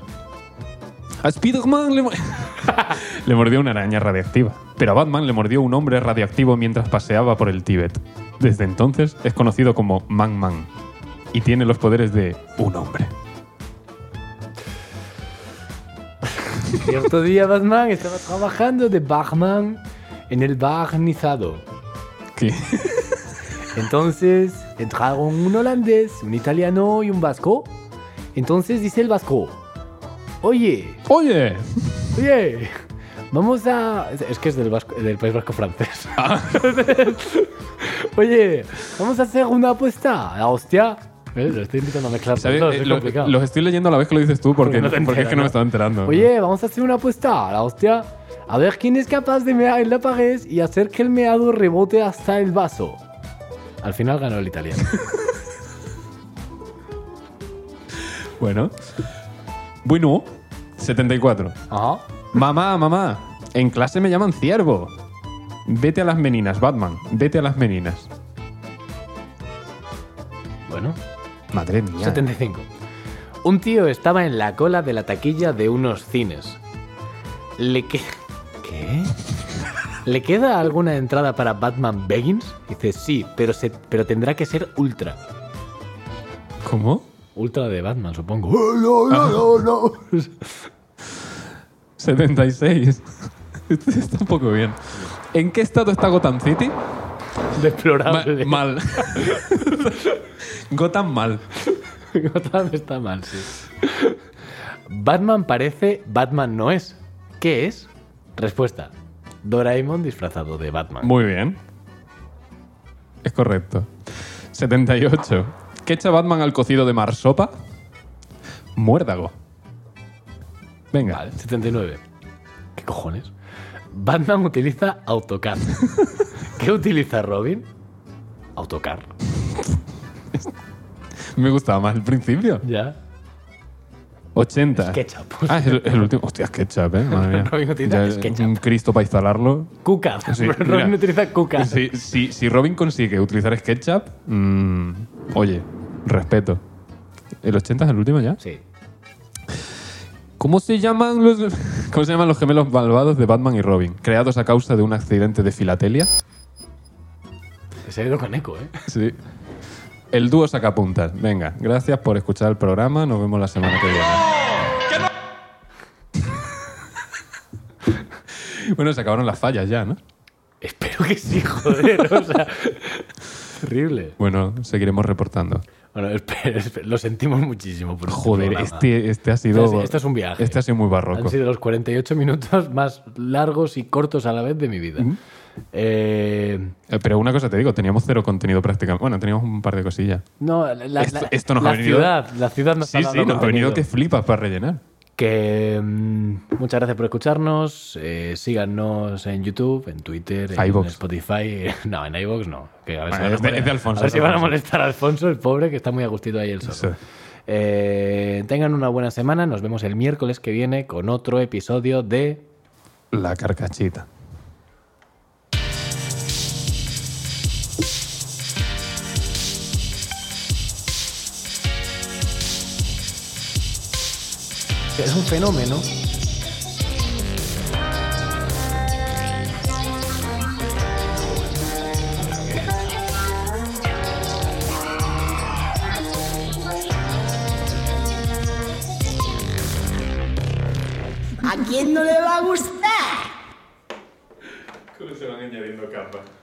S2: A Spider-Man le, mo- le mordió una araña radiactiva, pero a Batman le mordió un hombre radiactivo mientras paseaba por el Tíbet. Desde entonces es conocido como Man-Man y tiene los poderes de un hombre.
S1: Cierto día Batman estaba trabajando de barman en el barnizado.
S2: ¿Qué?
S1: Entonces entraron un holandés, un italiano y un vasco. Entonces dice el vasco, oye,
S2: ¡Oye!
S1: oye, vamos a... Es que es del, vasco- del País Vasco francés.
S2: Ah.
S1: oye, vamos a hacer una apuesta. La hostia. Eh, Lo estoy intentando mezclar.
S2: ¿Sabes?
S1: todo,
S2: Eh,
S1: es
S2: lo-
S1: complicado.
S2: los estoy leyendo a la vez que lo dices tú porque,
S1: Porque no te
S2: porque es que no me estaba
S1: enteras,
S2: enterando.
S1: Oye, vamos a hacer una apuesta, la hostia. A ver quién es capaz de mear en la pared y hacer que el meado rebote hasta el vaso. Al final ganó el italiano.
S2: Bueno. Bueno. 74.
S1: Ajá.
S2: Mamá, mamá, en clase me llaman ciervo. Vete a las meninas, Batman. Vete a las meninas.
S1: Bueno,
S2: Madre mía.
S1: 75. Un tío estaba en la cola de la taquilla de unos cines. Le que... ¿Qué? ¿Le queda alguna entrada para Batman Begins? Dice, sí, pero, se... pero tendrá que ser ultra.
S2: ¿Cómo?
S1: Ultra de Batman, supongo.
S2: 76. Esto está un poco bien. ¿En qué estado está Gotham City? Ma-
S1: Deplorable.
S2: mal. Gotham mal.
S1: Gotham está mal, sí. Batman parece, Batman no es. ¿Qué es? Respuesta. Doraemon disfrazado de Batman.
S2: Muy bien. Es correcto. 78. ¿Qué echa Batman al cocido de marsopa? Muérdago. Venga.
S1: Vale, 79. ¿Qué cojones? Batman utiliza AutoCAD. ¿Qué utiliza Robin? AutoCAD.
S2: Me gustaba más el principio.
S1: Ya.
S2: 80.
S1: SketchUp.
S2: Ah, es el, el último. Hostia, SketchUp, eh. Madre mía.
S1: Robin utiliza
S2: Ya,
S1: SketchUp.
S2: Un Cristo para instalarlo.
S1: KuCAD.
S2: Ah, Sí,
S1: Robin
S2: mira.
S1: utiliza KuCAD.
S2: Si, si- si Robin consigue utilizar SketchUp, mm, oye, respeto. ¿El 80 es el último ya?
S1: Sí.
S2: ¿Cómo se llaman los, cómo se llaman los gemelos malvados de Batman y Robin? Creados a causa de un accidente de filatelia.
S1: Se ha ido con eco, ¿eh?
S2: Sí. El dúo sacapuntas. Venga, gracias por escuchar el programa. Nos vemos la semana que viene. bueno, se acabaron las fallas ya, ¿no?
S1: Espero que sí, joder. O sea, terrible.
S2: Bueno, seguiremos reportando.
S1: Bueno, espera, espera, lo sentimos muchísimo. Por este
S2: Joder,
S1: programa.
S2: este, este ha sido.
S1: Este- este es un viaje.
S2: Este ha sido muy barroco.
S1: Han sido los 48 minutos más largos y cortos a la vez de mi vida.
S2: ¿Mm?
S1: Eh,
S2: Eh, Pero una cosa te digo, teníamos cero contenido prácticamente. Bueno, teníamos un par de cosillas.
S1: no, la, la-
S2: Esto-
S1: la-
S2: esto nos
S1: la
S2: ha venido-
S1: ciudad, la ciudad nos ha
S2: Sí,
S1: dado
S2: sí, nos ha venido
S1: contenido.
S2: que flipas para rellenar.
S1: Que, mm, muchas gracias por escucharnos. eh, síganos en YouTube, en Twitter, en
S2: iVoox.
S1: Spotify. eh, No, en iVoox no. que a ver si van
S2: Bueno,
S1: a
S2: es de-
S1: molestar-
S2: es de Alfonso,
S1: a ver si
S2: es de
S1: van a
S2: Alfonso.
S1: molestar a Alfonso, el pobre, que está muy a gustito ahí el solo.
S2: Sí.
S1: Eh, tengan una buena semana. Nos vemos el miércoles que viene con otro episodio de
S2: La carcachita.
S1: Es un fenómeno.
S5: ¿A quién no le va a gustar?
S3: ¿Cómo se van añadiendo capas?